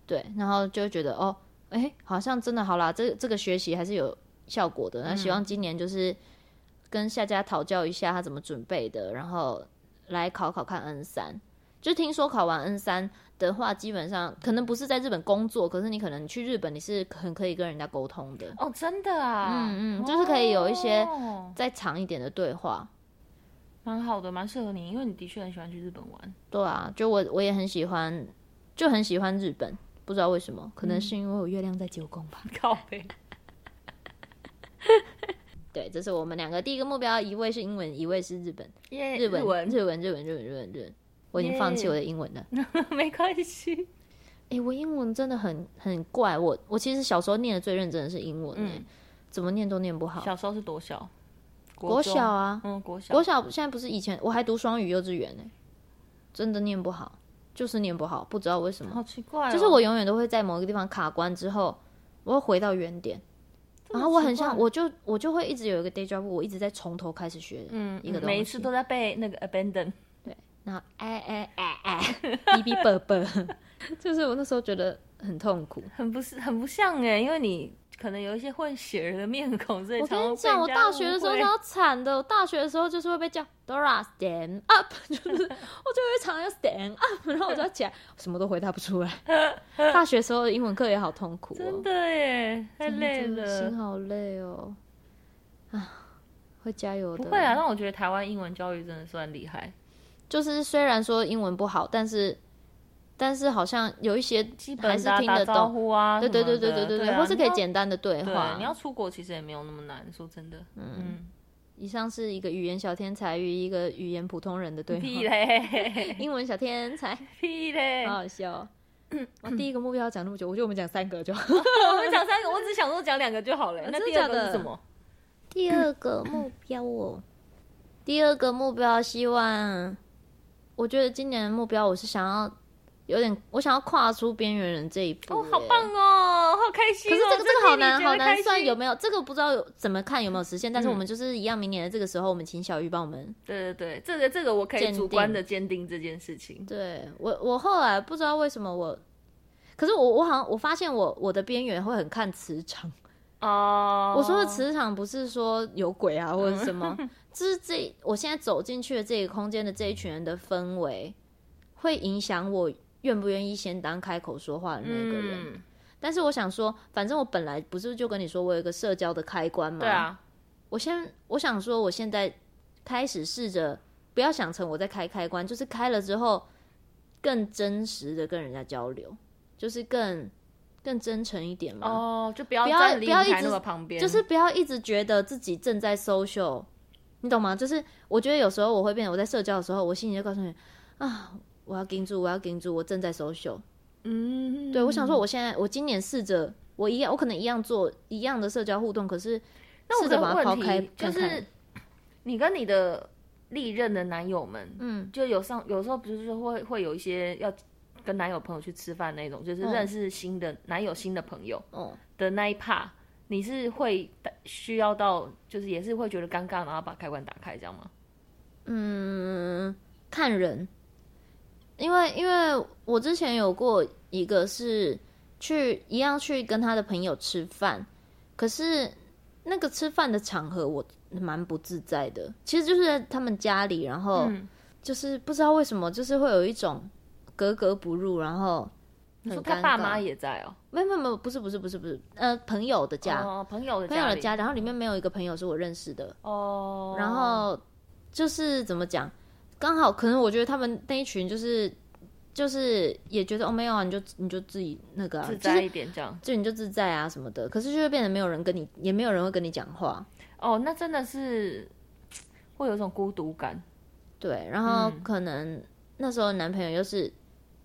Speaker 2: 对，然后就会觉得哦，哎，好像真的好啦，这这个学习还是有效果的。那希望今年就是跟夏家讨教一下他怎么准备的，然后来考考看 N 三。就听说考完 N 三的话，基本上可能不是在日本工作，可是你可能你去日本你是很可以跟人家沟通的，
Speaker 1: 哦，真的啊，
Speaker 2: 嗯嗯就是可以有一些
Speaker 1: 哦
Speaker 2: 再长一点的对话。
Speaker 1: 蛮好的，蛮适合你，因为你的确很喜欢去日本玩。
Speaker 2: 对啊，就我我也很喜欢，就很喜欢日本，不知道为什么，可能是因为我月亮在九宫吧。
Speaker 1: 靠背，
Speaker 2: 对，这是我们两个第一个目标，一位是英文，一位是日本，
Speaker 1: 耶，
Speaker 2: 日文，
Speaker 1: 哎文
Speaker 2: 日文，日文，日文，日文，日文。我已经放弃
Speaker 1: 耶
Speaker 2: 我的英文了。
Speaker 1: 没关系。
Speaker 2: 诶，我英文真的很很怪，我我其实小时候念的最认真的是英文、欸，
Speaker 1: 嗯
Speaker 2: 怎么念都念不好。
Speaker 1: 小时候是多小？
Speaker 2: 国
Speaker 1: 国中
Speaker 2: 小，啊，
Speaker 1: 嗯，国小，
Speaker 2: 国小现在不是以前我还读双语幼稚园呢、哎真的念不好，就是念不好，不知道为什么。
Speaker 1: 好奇怪哦，
Speaker 2: 就是我永远都会在某一个地方卡关之后，我会回到原点，然后我很
Speaker 1: 奇怪
Speaker 2: 像，我就我就会一直有一个 day job，我一直在从头开始学
Speaker 1: 嗯，
Speaker 2: 一个东西，
Speaker 1: 每一次都在被那个 abandon。
Speaker 2: 然后哎哎哎哎，哔哔啵 啵，就是我那时候觉得很痛苦。
Speaker 1: 很不是很不像哎、因为你可能有一些混血儿的面孔，所以
Speaker 2: 我
Speaker 1: 常常
Speaker 2: 跟你
Speaker 1: 被
Speaker 2: 讲，
Speaker 1: 人
Speaker 2: 我
Speaker 1: 家
Speaker 2: 大学的时
Speaker 1: 误
Speaker 2: 候
Speaker 1: 会
Speaker 2: 超惨的，我大学的时候就是会被叫 Dora stand up，就是我 就会常常要 stand up，然后我就要起来， 什么都回答不出来。大学时候的英文课也好痛苦、哦，嗯
Speaker 1: 真的耶，太累
Speaker 2: 真的
Speaker 1: 了
Speaker 2: 心。好累哦。啊，会加油的。
Speaker 1: 不会啊，但我觉得台湾英文教育真的算厉害，
Speaker 2: 就是虽然说英文不好，但是但是好像有一些
Speaker 1: 基
Speaker 2: 还
Speaker 1: 本
Speaker 2: 是
Speaker 1: 的啊
Speaker 2: 听
Speaker 1: 打
Speaker 2: 得
Speaker 1: 招
Speaker 2: 懂。
Speaker 1: 呼啊什
Speaker 2: 对
Speaker 1: 么的，
Speaker 2: 对对对对对
Speaker 1: 对啊，
Speaker 2: 或是可以
Speaker 1: 你要
Speaker 2: 简单的对话。
Speaker 1: 对，你要出国其实也没有那么难，说真的，嗯，
Speaker 2: 以上是一个语言小天才与一个语言普通人的对
Speaker 1: 屁
Speaker 2: 话。
Speaker 1: 嘞
Speaker 2: 英文小天才，
Speaker 1: 屁嘞
Speaker 2: 好，好笑哦。我第一个目标讲那么久，我觉得我们讲三个就好。
Speaker 1: 我们讲三个，我只想说讲两个就好了。那
Speaker 2: 啊真的
Speaker 1: 第二
Speaker 2: 假
Speaker 1: 个
Speaker 2: 的
Speaker 1: 是什么？
Speaker 3: 第二个目标哦，
Speaker 2: 第二个目标，希望，我觉得今年的目标，我是想要有点，我想要跨出边缘人这一步。
Speaker 1: 哦，好
Speaker 2: 耶
Speaker 1: 棒哦，好开心
Speaker 2: 可
Speaker 1: 哦！
Speaker 2: 是这个
Speaker 1: 真
Speaker 2: 这个好
Speaker 1: 替你
Speaker 2: 难
Speaker 1: 觉得
Speaker 2: 好难
Speaker 1: 开心
Speaker 2: 算有没有这个不知道有怎么看有没有实现，但是
Speaker 1: 嗯
Speaker 2: 我们就是一样，明年的这个时候，我们请小玉帮我们。
Speaker 1: 对对对，这个这个我可以
Speaker 2: 鉴
Speaker 1: 主
Speaker 2: 定
Speaker 1: 观的鉴定这件事情。
Speaker 2: 对我我后来不知道为什么我，可是我我好像我发现我我的边缘会很看磁场。
Speaker 1: 哦，嗯
Speaker 2: 我说的磁场不是说有鬼啊或者什么，就是 这我现在走进去的这个空间的这一群人的氛围，会影响我愿不愿意先当开口说话的那个人。
Speaker 1: 嗯，
Speaker 2: 但是我想说，反正我本来不是就跟你说我有一个社交的开关嘛，
Speaker 1: 对啊，
Speaker 2: 我先，我想说，我现在开始试着不要想成我在开开关，就是开了之后更真实的跟人家交流，就是更更真诚一点嘛。
Speaker 1: 哦，就不要
Speaker 2: 不要
Speaker 1: 站离
Speaker 2: 不要一
Speaker 1: 台
Speaker 2: 直
Speaker 1: 那个旁边，
Speaker 2: 就是不要一直觉得自己正在 social，你懂吗？就是我觉得有时候我会变得我在社交的时候，我心里就告诉你啊，我要盯住，我要盯住，我正在 social。
Speaker 1: 嗯，
Speaker 2: 对，我想说，，我现在我今年试着。我一样，我可能一样做一样的社交互动，可是
Speaker 1: 那我
Speaker 2: 试着
Speaker 1: 的
Speaker 2: 把它抛
Speaker 1: 问
Speaker 2: 开
Speaker 1: 题就
Speaker 2: 看看
Speaker 1: 是你跟你的历任的男友们，
Speaker 2: 嗯，
Speaker 1: 就有上有时候不是说会会有一些要跟男友朋友去吃饭那种，就是
Speaker 2: 嗯
Speaker 1: 认识新的男友新的朋友
Speaker 2: 哦，
Speaker 1: 的那一 part，你是会需要到就是也是会觉得尴尬，然后把开关打开这样吗？
Speaker 2: 嗯，看人，因为因为我之前有过一个是去一样去跟他的朋友吃饭，可是那个吃饭的场合我蛮不自在的，其实就是在他们家里，然后
Speaker 1: 嗯
Speaker 2: 就是不知道为什么，就是会有一种格格不入，然后
Speaker 1: 你说
Speaker 2: 很
Speaker 1: 他
Speaker 2: 尴
Speaker 1: 爸妈
Speaker 2: 尬。
Speaker 1: 也在哦，
Speaker 2: 没有没有没有，不是不是不是不是，呃，朋友的家，
Speaker 1: 哦，朋友的
Speaker 2: 朋友的
Speaker 1: 里嗯
Speaker 2: 家，然后里面没有一个朋友是我认识的，
Speaker 1: 哦，
Speaker 2: 然后就是怎么讲，刚好可能我觉得他们那一群就是就是也觉得哦没有啊，你就你就自己那个、啊、
Speaker 1: 自
Speaker 2: 就
Speaker 1: 在
Speaker 2: 是
Speaker 1: 一点这样。
Speaker 2: 就你就自在啊什么的，可是就会变得没有人跟你，也没有人会跟你讲话，
Speaker 1: 哦，那真的是会有一种孤独感。
Speaker 2: 对，然后
Speaker 1: 嗯
Speaker 2: 可能那时候男朋友又是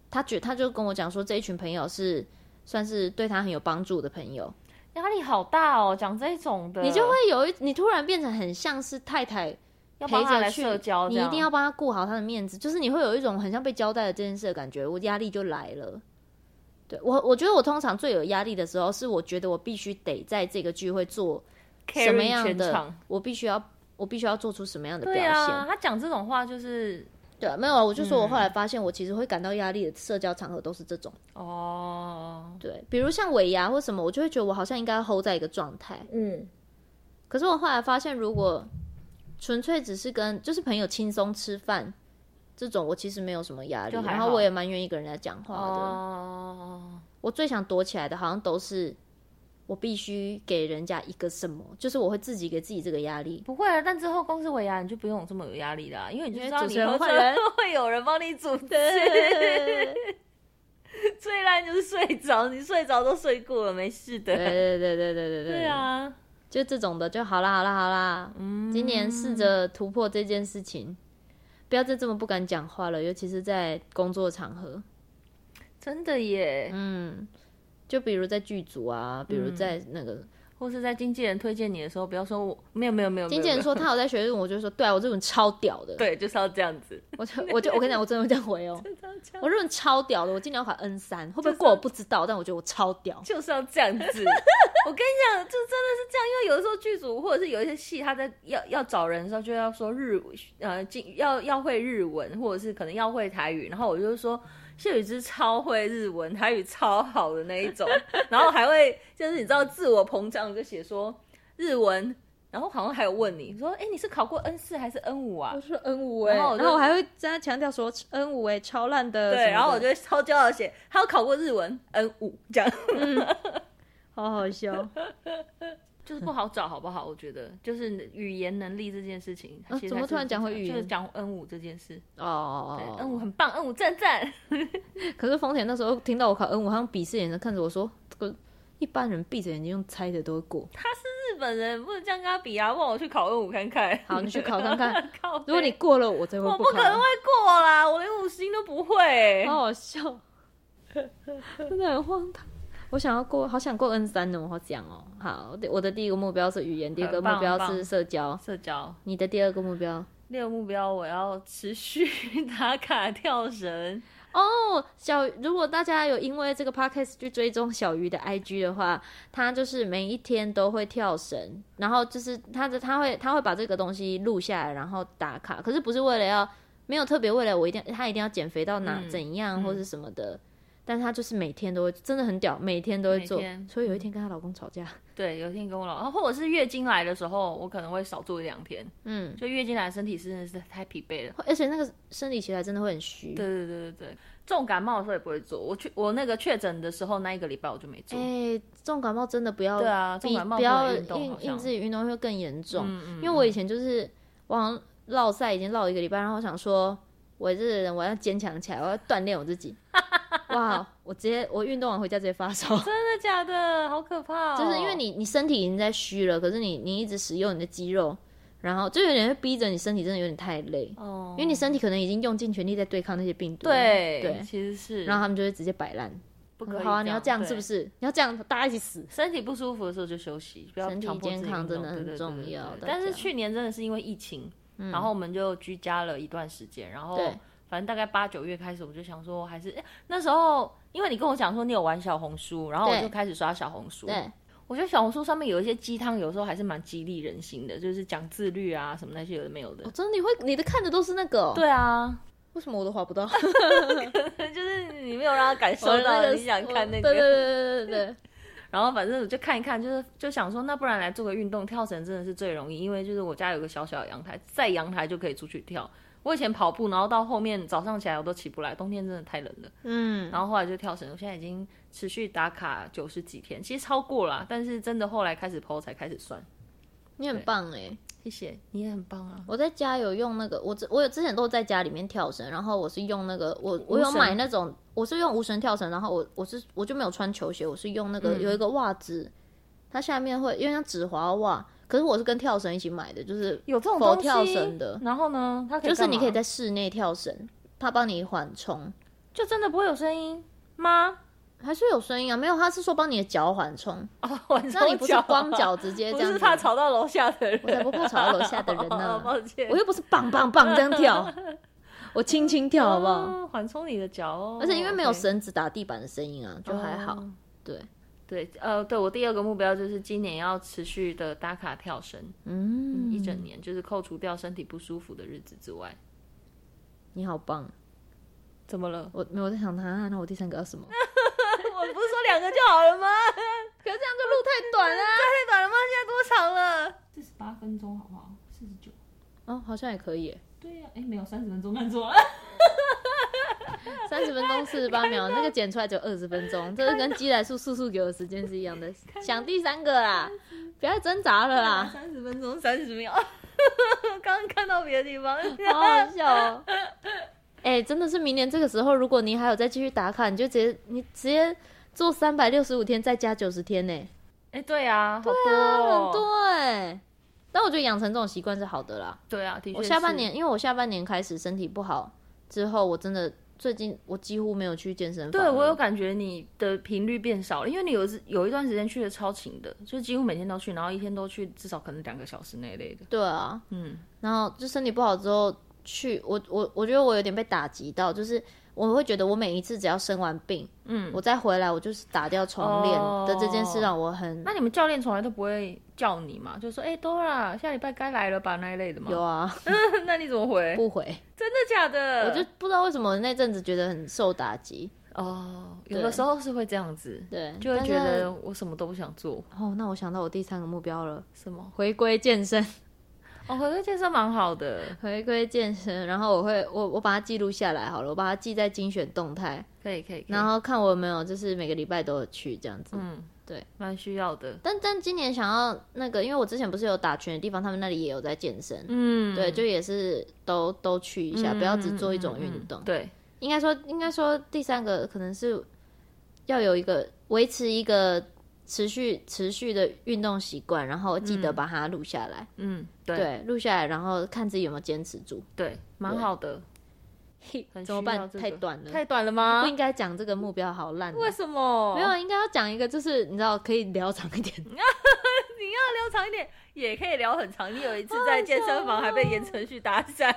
Speaker 2: 他觉他就跟我讲说这一群朋友是算是对他很有帮助的朋友，
Speaker 1: 压力好大哦，讲这种的，
Speaker 2: 你就会有一你突然变成很像是太太。
Speaker 1: 嗯要
Speaker 2: 陪
Speaker 1: 帮他
Speaker 2: 着
Speaker 1: 来
Speaker 2: 去
Speaker 1: 社交这
Speaker 2: 你
Speaker 1: 样，
Speaker 2: 一定要帮他顾好他的面子，就是你会有一种很像被交代的这件事的感觉，我压力就来了。对我，我觉得我通常最有压力的时候，是我觉得我必须得在这个聚会做
Speaker 1: carry
Speaker 2: 什么样
Speaker 1: 全
Speaker 2: 的
Speaker 1: 场，
Speaker 2: 我必须要，我必须要做出什么样的表
Speaker 1: 对
Speaker 2: 现。
Speaker 1: 啊，嗯他讲这种话就是
Speaker 2: 对啊没有啊，我就说我后来发现，我其实会感到压力的社交场合都是这种，
Speaker 1: 哦，
Speaker 2: 对，比如像尾牙或什么，我就会觉得我好像应该 hold 在一个状态。
Speaker 1: 嗯，
Speaker 2: 可是我后来发现，如果纯粹只是跟就是朋友轻松吃饭这种，我其实没有什么压力，
Speaker 1: 就还
Speaker 2: 然后
Speaker 1: 好
Speaker 2: 我也蛮愿意跟人家讲话的。
Speaker 1: 哦，
Speaker 2: 我最想躲起来的，好像都是我必须给人家一个什么，就是我会自己给自己这个压 力。
Speaker 1: 不会啊，但之后公司尾牙你就不用有这么有压力啦，因为你就知道
Speaker 2: 因为
Speaker 1: 你
Speaker 2: 主持人
Speaker 1: 喝
Speaker 2: 换人
Speaker 1: 酒会有人帮你主持， 最烂就是睡着，你睡着都睡过了，没事的，
Speaker 2: 对对对对对对对
Speaker 1: 对，啊，
Speaker 2: 就这种的就好啦好啦好啦，
Speaker 1: 嗯，
Speaker 2: 今年试着突破这件事情，不要再这么不敢讲话了，尤其是在工作场合。嗯
Speaker 1: 真的耶，
Speaker 2: 嗯，就比如在剧组啊，比如在那个，
Speaker 1: 或是在经纪人推荐你的时候，不要说我没有没有没有。
Speaker 2: 经纪人
Speaker 1: 没有
Speaker 2: 说他有在学日文，我就说对啊，我日文超屌的。，
Speaker 1: 对，就是要这样 子。
Speaker 2: 我就我就我跟你讲，我真的会这样回 哦，我日文超屌的，我今年要考 N 三，会不会过我不知道，但我觉得我超屌。
Speaker 1: 就是要这样 子。我跟你讲，就真的是这样，因为有的时候剧组或者是有一些戏，他在要要找人的时候，就要说日呃，进要要会日文，或者是可能要会台语，然后我就说。谢雨之超会日文，台语超好的那一 种，然后还会就是你知道自我膨胀，就写说日文，然后好像还有问你说，哎、你是考过 N 四还是 N 五啊
Speaker 2: 我？说 N 五
Speaker 1: 哎
Speaker 2: 哎，然
Speaker 1: 然后
Speaker 2: 后
Speaker 1: 我
Speaker 2: 我还会跟他强调说 N 五哎超烂的什么的，
Speaker 1: 对，然后我就会超骄傲地写，他有考过日文 N 五，这样
Speaker 2: 好好笑。
Speaker 1: 就是不好找，好不好？我觉得就是语言能力这件事情，
Speaker 2: 啊
Speaker 1: 其实
Speaker 2: 怎
Speaker 1: 还
Speaker 2: 么
Speaker 1: 是
Speaker 2: 突然讲回语言
Speaker 1: 就是讲 N 五这件事，
Speaker 2: 哦
Speaker 1: 对，N 五很棒，N 五赞赞。
Speaker 2: 嗯可是丰田那时候听到我考 N 五，他用鄙视眼神看着我说：“这个一般人闭着眼睛用猜的都会过。
Speaker 1: 日本人不能这样跟他比啊，问我去考 N 五看看。
Speaker 2: 好你去考看看
Speaker 1: 靠背
Speaker 2: 如果你过了，我才会
Speaker 1: 我不
Speaker 2: 考。哦
Speaker 1: 可能会过啦，我连五星都不会。
Speaker 2: 好 好笑，真的很荒唐。我想要过，好想过 N 三呢，我好想哦。好，我的第一个目标是语言，第二个
Speaker 1: 很棒
Speaker 2: 目标
Speaker 1: 很
Speaker 2: 是
Speaker 1: 棒
Speaker 2: 社交。
Speaker 1: 社交
Speaker 2: 你的第二个目标
Speaker 1: 六目标，我要持续 打卡跳绳。
Speaker 2: 哦，小如果大家有因为这个 podcast 去追踪小鱼的 IG 的话，他就是每一天都会跳绳，然后就是他的他会他会把这个东西录下来，然后打卡，可是不是为了要没有特别为了我一定他一定要减肥到哪、
Speaker 1: 嗯
Speaker 2: 怎样或是什么的。但他就是每天都会，真的很屌，每天都会做
Speaker 1: 每天。
Speaker 2: 所以有一天跟她老公吵架，
Speaker 1: 对，有一天跟我老，或者是月经来的时候，我可能会少做一两天。
Speaker 2: 嗯，
Speaker 1: 就月经来，身体真的是太疲惫了。
Speaker 2: 而且那个生理期来真的会很虚。
Speaker 1: 对对对对对，重感冒的时候也不会做。我去我那个确诊的时候，那一个礼拜我就没做。
Speaker 2: 哎、重感冒真的不要，
Speaker 1: 对啊
Speaker 2: 比
Speaker 1: 重感冒
Speaker 2: 不
Speaker 1: 不
Speaker 2: 要
Speaker 1: 能运动
Speaker 2: 硬
Speaker 1: 好像
Speaker 2: 硬自己运动会更严重。
Speaker 1: 嗯嗯
Speaker 2: 因为我以前就是我好像落赛已经落一个礼拜，然后我想说，我这个人我要坚强起来，我要锻炼我 自己。哇，我直接我运动完回家直接发 烧，
Speaker 1: 真的假的？好可怕、哦！
Speaker 2: 就是因为你你身体已经在虚了，可是你你一直使用你的肌肉，然后就有点会逼着你身体真的有点太累，
Speaker 1: 哦，
Speaker 2: 因为你身体可能已经用尽全力在对抗那些病毒了。
Speaker 1: 对
Speaker 2: 对，
Speaker 1: 其实是，
Speaker 2: 然后他们就会直接摆烂。
Speaker 1: 不可以
Speaker 2: 好啊，你要这样
Speaker 1: 对
Speaker 2: 是不是？你要这样，大家一起死。
Speaker 1: 身体不舒服的时候就休息，不要
Speaker 2: 身体
Speaker 1: 强迫自己
Speaker 2: 健康
Speaker 1: 运动
Speaker 2: 真的很
Speaker 1: 对对对
Speaker 2: 重
Speaker 1: 对对
Speaker 2: 要
Speaker 1: 对
Speaker 2: 大
Speaker 1: 但是
Speaker 2: 家嗯
Speaker 1: 去年真的是因为疫情，然后我们就居家了一段时间，然后
Speaker 2: 对
Speaker 1: 反正大概八九月开始，我就想说还是、哎那时候，因为你跟我讲说你有玩小红书，然后我
Speaker 2: 对
Speaker 1: 就开始刷小红书，
Speaker 2: 对，
Speaker 1: 我觉得小红书上面有一些鸡汤，有时候还是蛮激励人心的，就是讲自律啊什么那些有的没有的
Speaker 2: 我。哦真的你会你的看的都是那个、哦，，
Speaker 1: 对啊，
Speaker 2: 为什么我都划不到？
Speaker 1: 就是你没有让他感受
Speaker 2: 我哦那
Speaker 1: 到
Speaker 2: 个哦
Speaker 1: 你想看那
Speaker 2: 对
Speaker 1: 个，
Speaker 2: 对对对对对。
Speaker 1: 然后反正我就看一看，就是就想说，那不然来做个运动，跳绳真的是最容易，因为就是我家有个小小的阳台，在阳台就可以出去跳。我以前跑步，然后到后面早上起来我都起不来，冬天真的太冷了。
Speaker 2: 嗯，
Speaker 1: 然后后来就跳绳，我现在已经持续打卡九十几天，其实超过啦，但是真的后来开始剖才开始算。
Speaker 2: 你很棒哎、
Speaker 1: 谢谢，你也很棒啊！
Speaker 2: 我在家有用那个，我之我有之前都在家里面跳绳，然后我是用那个，我我有
Speaker 1: 绳
Speaker 2: 买那种，我是用无绳跳绳，然后我我是我就没有穿球鞋，我是用那
Speaker 1: 嗯
Speaker 2: 个、有一个袜子，它下面会因为像纸滑袜，可是我是跟跳绳一起买的，就是
Speaker 1: 有这种东
Speaker 2: 佛
Speaker 1: 西
Speaker 2: 跳绳的
Speaker 1: 然后呢，它可以
Speaker 2: 就是
Speaker 1: 干
Speaker 2: 你
Speaker 1: 嘛
Speaker 2: 可以在室内跳绳，它帮你缓冲，
Speaker 1: 就真的不会有声音吗？
Speaker 2: 还是有声音啊？没有，它是说帮你的脚缓 冲，
Speaker 1: 哦，晚
Speaker 2: 那
Speaker 1: 上
Speaker 2: 你不是光脚直接
Speaker 1: 不
Speaker 2: 这样
Speaker 1: 是
Speaker 2: 子
Speaker 1: 怕吵到楼下的人，
Speaker 2: 我才不怕吵到楼下的人呢
Speaker 1: 哦抱歉，
Speaker 2: 我又不是棒棒棒这样跳，我轻轻跳好不好？
Speaker 1: 哦缓冲你的脚哦，
Speaker 2: 而且因为没有
Speaker 1: OK
Speaker 2: 绳子打地板的声音啊，就还好。
Speaker 1: 哦
Speaker 2: 对，
Speaker 1: 对，呃，对我第二个目标就是今年要持续的打卡跳绳，
Speaker 2: 嗯，
Speaker 1: 一整年，就是扣除掉身体不舒服的日子之外，
Speaker 2: 你好棒！
Speaker 1: 怎么了？
Speaker 2: 我没有我在想他、啊，那我第三个要 什么？
Speaker 1: 我不是说两个就好了吗？
Speaker 2: 可是这样就路太短啦、
Speaker 1: 太短了啊吗？现在多长了？四十八分钟好不好？四十九。
Speaker 2: 哦，好像也可以耶，
Speaker 1: 对呀、哎，没有三十分钟，看错了。
Speaker 2: 三十分钟四十八 秒，那个剪出来只有二十分钟，这是跟鸡来素速速给我的时间是一样的。想第三个啦，不要再挣扎了啦，
Speaker 1: 三十分钟三十秒， 刚刚看到别的地方。
Speaker 2: 好好笑哦。哎、真的是明年这个时候，如果你还有再继续打卡，你就直接你直接做三百六十五天，再加九十天呢、
Speaker 1: 哎、对啊，好多、
Speaker 2: 很
Speaker 1: 哦，
Speaker 2: 多哎、但我觉得养成这种习惯是好的啦。
Speaker 1: 对啊，的确
Speaker 2: 我
Speaker 1: 是
Speaker 2: 下半年，因为我下半年开始身体不好之后，我真的最近我几乎没有去健身房了。
Speaker 1: 对我有感觉你的频率变少了，因为你有一次有一段时间去的超勤的，就几乎每天都去，然后一天都去至少可能两个小时那一类的。
Speaker 2: 对啊，
Speaker 1: 嗯，
Speaker 2: 然后就身体不好之后去，我我我觉得我有点被打击到，就是我会觉得我每一次只要生完病，嗯，我再回来我就是打掉重练的这件事
Speaker 1: 哦
Speaker 2: 让我很、啊
Speaker 1: 那你们教练从来都不会叫你嘛，就说哎、多 d o r a 下礼拜该来了吧那一类的吗？
Speaker 2: 有，啊，
Speaker 1: 那你怎么回？
Speaker 2: 不回，
Speaker 1: 真的假的？
Speaker 2: 我就不知道为什么那阵子觉得很受打击，
Speaker 1: 哦，有
Speaker 2: 对
Speaker 1: 的时候是会这样子，
Speaker 2: 对，
Speaker 1: 就会
Speaker 2: 但
Speaker 1: 觉
Speaker 2: 是
Speaker 1: 得我什么都不想做，
Speaker 2: 哦，那我想到我第三个目标了，
Speaker 1: 什么？
Speaker 2: 回归健身，
Speaker 1: 哦，可是健身蛮好 的，
Speaker 2: 回归健身，然后我会我我把它记录下来好了，我把它记在精选动态，
Speaker 1: 可以可以，可以
Speaker 2: 然后看我有没有就是每个礼拜都有去这样子，
Speaker 1: 嗯，
Speaker 2: 对，
Speaker 1: 蛮需要的，
Speaker 2: 但但今年想要那个，因为我之前不是有打拳的地方，他们那里也有在健身，
Speaker 1: 嗯，
Speaker 2: 对，就也是都都去一下，
Speaker 1: 嗯
Speaker 2: 不要只做一种运
Speaker 1: 嗯
Speaker 2: 动。
Speaker 1: 嗯嗯对，
Speaker 2: 应该说应该说第三个可能是要有一个维持一个持续持续的运动习惯，然后记得把它录下来，
Speaker 1: 嗯，对
Speaker 2: 对，录下来，然后看自己有没有坚持住。
Speaker 1: 对，蛮好的，
Speaker 2: 嘿
Speaker 1: 很
Speaker 2: 怎么
Speaker 1: 需要
Speaker 2: 办？
Speaker 1: 这
Speaker 2: 太
Speaker 1: 个
Speaker 2: 短了，
Speaker 1: 太短了吗
Speaker 2: 不？ 应该讲这个目标，好烂哦。
Speaker 1: 为什么？
Speaker 2: 没有，应该要讲一个，就是你知道可以聊长 一点。
Speaker 1: 聊长一点，也可以聊很长。你有一次在健身房还被言承旭搭 讪，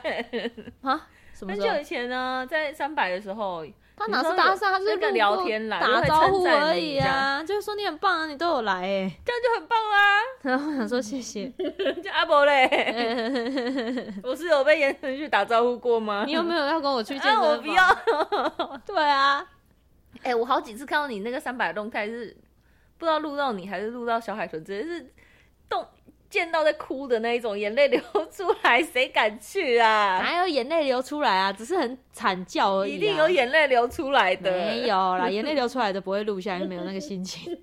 Speaker 2: 啊？什么
Speaker 1: 很
Speaker 2: 时候
Speaker 1: 久？以前呢，在三百的时候，
Speaker 2: 他哪是搭讪，他
Speaker 1: 你
Speaker 2: 就
Speaker 1: 说有那
Speaker 2: 是
Speaker 1: 个
Speaker 2: 路过
Speaker 1: 聊 天啦
Speaker 2: 打招
Speaker 1: 就会
Speaker 2: 呼而
Speaker 1: 称赞你
Speaker 2: 已
Speaker 1: 这
Speaker 2: 啊，
Speaker 1: 样
Speaker 2: 就是说你很棒啊，你都有来哎。
Speaker 1: 这样就很棒 啦。
Speaker 2: 然后我想说谢谢，
Speaker 1: 就阿伯嘞， 我是有被言承旭打招呼过吗？
Speaker 2: 你有没有要跟我去健 身
Speaker 1: 啊，
Speaker 2: 房？
Speaker 1: 我不要。。
Speaker 2: 对啊，
Speaker 1: 哎、我好几次看到你那个三百动态是不知道录到你还是录到小海豚，直接是动见到在哭的那一种，眼泪流出来，谁敢去啊？
Speaker 2: 哪有眼泪流出来啊？只是很惨叫而已啊。
Speaker 1: 一定有眼泪流出来的，
Speaker 2: 没有啦，眼泪流出来的不会录下来，因为没有那个心情。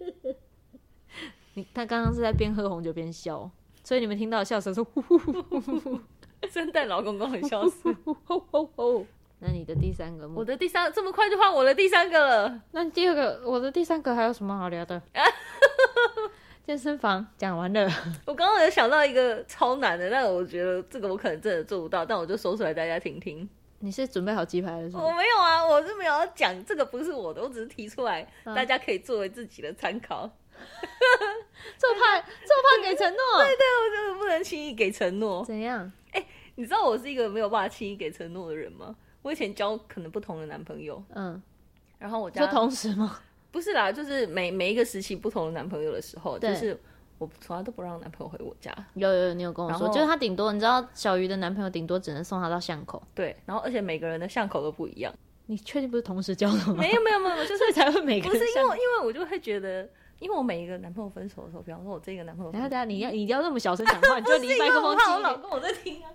Speaker 2: 你他刚刚是在边喝红酒边笑，所以你们听到的笑声是呼呼呼呼呼呼
Speaker 1: 圣诞老公公很笑 死。
Speaker 2: 呼呼呼。那你的第三个目
Speaker 1: 我的第三，这么快就换我的第三个了，
Speaker 2: 那第二个，我的第三个还有什么好聊的？健身房讲完了，
Speaker 1: 我刚刚有想到一个超难的，但我觉得这个我可能真的做不到，但我就说出来大家听听。
Speaker 2: 你是准备好鸡排了是
Speaker 1: 我
Speaker 2: 吗？
Speaker 1: 没有啊，我是没有要讲这个不是我的，我只是提出来，
Speaker 2: 嗯
Speaker 1: 大家可以作为自己的参考。
Speaker 2: 这怕这怕给承诺，
Speaker 1: 但我真的不能轻易给承诺，
Speaker 2: 怎样？
Speaker 1: 你知道我是一个没有办法轻易给承诺的人吗？我以前交可能不同的男朋友，
Speaker 2: 嗯，
Speaker 1: 然后我
Speaker 2: 就
Speaker 1: 家
Speaker 2: 同时吗？
Speaker 1: 不是啦，就是每每一个时期不同的男朋友的时候，
Speaker 2: 对
Speaker 1: 就是我从来都不让男朋友回我家，
Speaker 2: 有有有，你有跟我
Speaker 1: 然
Speaker 2: 说，
Speaker 1: 后
Speaker 2: 就是他顶多你知道小鱼的男朋友顶多只能送他到巷口，
Speaker 1: 对，然后而且每个人的巷口都不一 样，
Speaker 2: 你确定不是同时交的吗？
Speaker 1: 没有没有没有，就是
Speaker 2: 所以 才会每个
Speaker 1: 不是
Speaker 2: 人
Speaker 1: 因为
Speaker 2: 巷口
Speaker 1: 我因为我就会觉得，因为我每一个男朋友分手的时候，比方说我这个男朋友分
Speaker 2: 等一下
Speaker 1: 手，
Speaker 2: 等一下，你要你一定要那么小声讲话，你就
Speaker 1: 不
Speaker 2: 离
Speaker 1: 是因
Speaker 2: 麦
Speaker 1: 为
Speaker 2: 克
Speaker 1: 我
Speaker 2: 风
Speaker 1: 怕我
Speaker 2: 近一
Speaker 1: 老
Speaker 2: 点。
Speaker 1: 公我在听啊，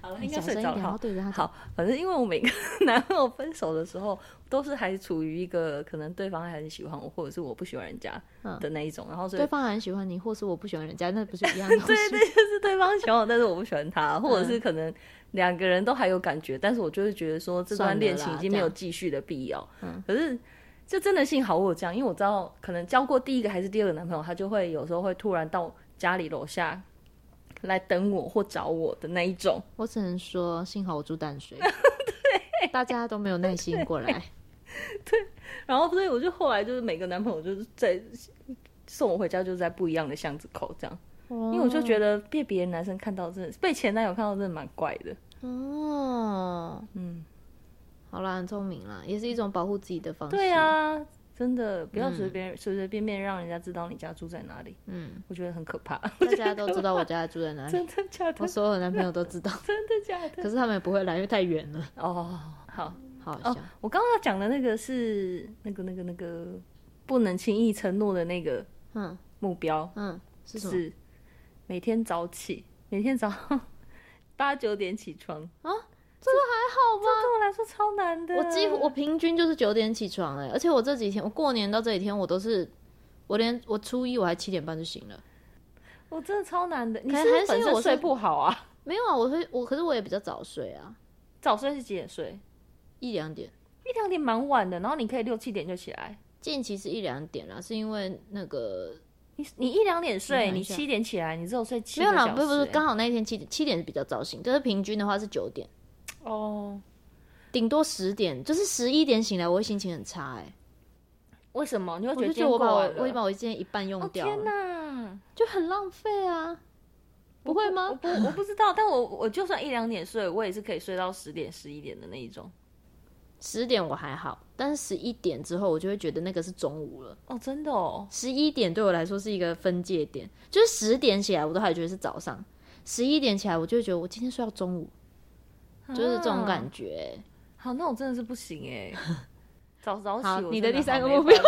Speaker 1: 好了，
Speaker 2: 你
Speaker 1: 应该
Speaker 2: 小声
Speaker 1: 睡
Speaker 2: 一
Speaker 1: 着了哈
Speaker 2: 点，然后。对着他讲。
Speaker 1: 好，反正因为我每个 男朋友分手的时候，都是还处于一个可能对方还很喜欢我，或者是我不喜欢人家
Speaker 2: 嗯
Speaker 1: 的那一种，然后所以
Speaker 2: 对方很喜欢你，或是我不喜欢人家，那不是一样的 东
Speaker 1: 对
Speaker 2: 西？
Speaker 1: 对，就是对方喜欢我，但是我不喜欢他，或者
Speaker 2: 嗯
Speaker 1: 是可能两个人都还有感觉，但是我就会觉得说这
Speaker 2: 算
Speaker 1: 段
Speaker 2: 了
Speaker 1: 恋情
Speaker 2: 啦
Speaker 1: 已经没有
Speaker 2: 这样
Speaker 1: 继续的必要。
Speaker 2: 嗯
Speaker 1: 可是就真的幸好我有这样，因为我知道可能交过第一个还是第二个男朋友，他就会有时候会突然到家里楼下来等我或找我的那一种。
Speaker 2: 我只能说，幸好我住 淡水，大家都没有耐心过来。
Speaker 1: 然后所以我就后来就是每个男朋友就是在送我回家，就是在不一样的巷子口这样，
Speaker 2: 因
Speaker 1: 因为我就
Speaker 2: 哦
Speaker 1: 觉得被别的男生看到真的是被前男友看到真的蛮怪的。
Speaker 2: 哦，
Speaker 1: 嗯，
Speaker 2: 好啦，很聪明啦，也是一种保护自己的方式。
Speaker 1: 对，啊，真的不要随
Speaker 2: 嗯
Speaker 1: 便随随便便让人家知道你家住在哪里，
Speaker 2: 嗯，
Speaker 1: 我觉得很可 怕。
Speaker 2: 大家都知道我家住在哪里，
Speaker 1: 真的假
Speaker 2: 我
Speaker 1: 的？
Speaker 2: 所有的男朋友都知道，
Speaker 1: 真的假
Speaker 2: 可
Speaker 1: 的？
Speaker 2: 是他们也不会来，因为太远了，
Speaker 1: 哦， 好，
Speaker 2: 好
Speaker 1: 哦
Speaker 2: 笑。，
Speaker 1: 我刚刚要讲的那个是那个那个那个不能轻易承诺的那个
Speaker 2: 嗯
Speaker 1: 目标，
Speaker 2: 嗯，是什么？
Speaker 1: 是啊每天早起，每天早 上八九点起床，
Speaker 2: 啊好吧，
Speaker 1: 对我来说超难的。
Speaker 2: 我几乎我平均就是九点起床哎、而且我这几天我过年到这几天我都是。我连我初一我还七点半就醒了，
Speaker 1: 我真的超难的。你
Speaker 2: 能
Speaker 1: 是不
Speaker 2: 还是
Speaker 1: 本
Speaker 2: 因为
Speaker 1: 身
Speaker 2: 我是
Speaker 1: 睡不好啊？
Speaker 2: 没有啊，我会我可是我也比较早睡啊，
Speaker 1: 早睡是几点睡？
Speaker 2: 一两点，
Speaker 1: 一两点蛮晚的，然后你可以六七点就起来。
Speaker 2: 近期是一两点啦，是因为那个
Speaker 1: 你你一两点睡，
Speaker 2: 我想
Speaker 1: 你
Speaker 2: 一下
Speaker 1: 七点起来，你只有睡七
Speaker 2: 没
Speaker 1: 个
Speaker 2: 有
Speaker 1: 小时、
Speaker 2: 啦，不是不是，
Speaker 1: 欸
Speaker 2: 刚好那一天七点七点是比较早醒，就是平均的话是九点。
Speaker 1: 哦。
Speaker 2: 顶多十点，就是十一点醒来，我会心情很差哎、
Speaker 1: 为什么？你会觉
Speaker 2: 我
Speaker 1: 得今
Speaker 2: 就觉
Speaker 1: 天
Speaker 2: 得我把
Speaker 1: 过
Speaker 2: 我
Speaker 1: 完了
Speaker 2: 我已经把我今天一半用
Speaker 1: 哦
Speaker 2: 掉了，
Speaker 1: 天哪，
Speaker 2: 就很浪费啊，不会
Speaker 1: 我
Speaker 2: 吗？
Speaker 1: 不我不知道，但我我就算一两点睡，我也是可以睡到十点十一点的那一种。
Speaker 2: 十点我还好，但是十一点之后我就会觉得那个是中午了。
Speaker 1: 哦，真的哦，
Speaker 2: 十一点对我来说是一个分界点，就是十点起来我都还觉得是早上，十一点起来我就会觉得我今天睡到中午，就是这种感
Speaker 1: 觉。
Speaker 2: 觉、
Speaker 1: 好，那我真的是不行 哎、早早起
Speaker 2: 好
Speaker 1: 我真的好，
Speaker 2: 你的第三个
Speaker 1: 没
Speaker 2: 目标
Speaker 1: 办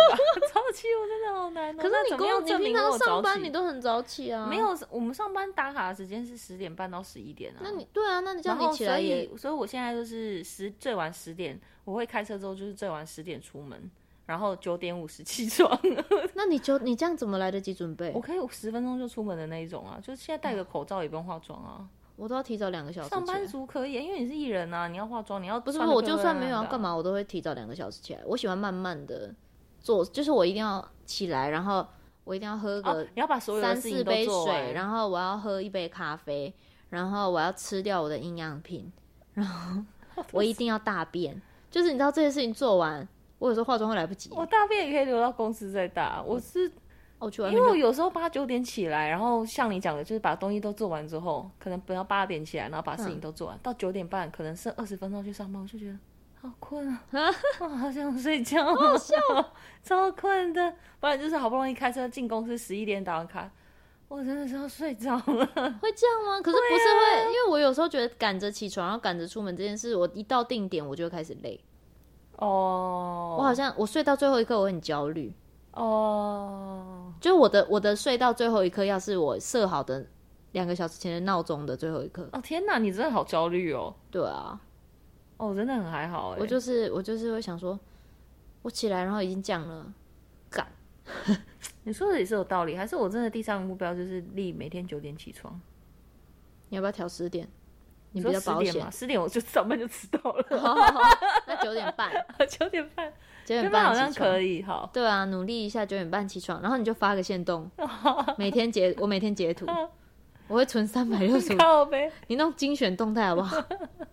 Speaker 1: 法，早起我真的好难、哦。
Speaker 2: 可是
Speaker 1: 那
Speaker 2: 你
Speaker 1: 怎么
Speaker 2: 公
Speaker 1: 样
Speaker 2: 你
Speaker 1: 证
Speaker 2: 平
Speaker 1: 明我
Speaker 2: 常
Speaker 1: 有
Speaker 2: 上
Speaker 1: 早
Speaker 2: 班
Speaker 1: 起
Speaker 2: 你都很早起啊，
Speaker 1: 没？有？我们上班打卡的时间是十点半到十一点啊。
Speaker 2: 那你对啊，那你叫
Speaker 1: 然后
Speaker 2: 你起
Speaker 1: 所
Speaker 2: 来也
Speaker 1: 以所以我现在就是十最晚十点，我会开车之后就是最晚十点出门，然后九点五十起床。
Speaker 2: 那你就你这样怎么来得及准备
Speaker 1: 我？可以十分钟就出门的那一种啊，就是现在戴个口罩也不用化妆啊。
Speaker 2: 我都要提早两个小时起来。
Speaker 1: 上班族可以，因为你是艺人啊，你要化妆，你要不
Speaker 2: 不是不是，我就算
Speaker 1: 啊
Speaker 2: 没有要干，嘛，我都会提早两个小时起来。我喜欢慢慢的做，就是我一定要起来，然后我一定要喝
Speaker 1: 哦
Speaker 2: 个
Speaker 1: 你要把所有的
Speaker 2: 三
Speaker 1: 事
Speaker 2: 四
Speaker 1: 情都
Speaker 2: 杯
Speaker 1: 做完，
Speaker 2: 水，然后我要喝一杯咖啡，然后我要吃掉我的营养品， 然后我一定要大便。就是你知道这些事情做完，我有时候化妆会来不及。
Speaker 1: 我
Speaker 2: 哦，
Speaker 1: 大便也可以留到公司再大。啊我是
Speaker 2: 我去外
Speaker 1: 因
Speaker 2: 面
Speaker 1: 为我
Speaker 2: 哦就
Speaker 1: 有时候八九点起来，然后像你讲的，就是把东西都做完之后，可能不要八点起来，然后把事
Speaker 2: 嗯
Speaker 1: 情都做完，到九点半可能剩二十分钟去上班，我就觉得好困啊，我好想睡觉啊，
Speaker 2: 哦
Speaker 1: 超困的。不然就是好不容易开车进公司，十一点打完卡，我真的是要睡着了。
Speaker 2: 会这样吗？可是不是
Speaker 1: 啊
Speaker 2: 会，因为我有时候觉得赶着起床，然后赶着出门这件事，我一到定点我就会开始累。
Speaker 1: 哦，
Speaker 2: 我好像我睡到最后一刻，我很焦虑。
Speaker 1: 哦，
Speaker 2: 就是我的我的睡到最后一刻，要是我设好的两个小时前的闹钟的最后一刻，
Speaker 1: 哦天哪，你真的好焦虑哦。
Speaker 2: 对啊，
Speaker 1: 哦，我真的很还好哎、
Speaker 2: 我就是我就是会想说，我起来然后已经降了，干，
Speaker 1: 你说的也是有道理，还是我真的第三个目标就是立每天九点起床。
Speaker 2: 你要不要调十点？你
Speaker 1: 你
Speaker 2: 比较
Speaker 1: 说
Speaker 2: 保
Speaker 1: 十点
Speaker 2: 险
Speaker 1: 嘛，，十点我就上班就迟到了，
Speaker 2: 好好好 那九点半，
Speaker 1: 九点半，九
Speaker 2: 九点
Speaker 1: 点半
Speaker 2: 半
Speaker 1: 好像
Speaker 2: 起床
Speaker 1: 可。以，好，
Speaker 2: 对啊，努力一下，九点半起床，然后你就发个 线动，每天截我每天截图，我会存三百六十五，
Speaker 1: 靠呗，
Speaker 2: 你弄精选动态好 不好？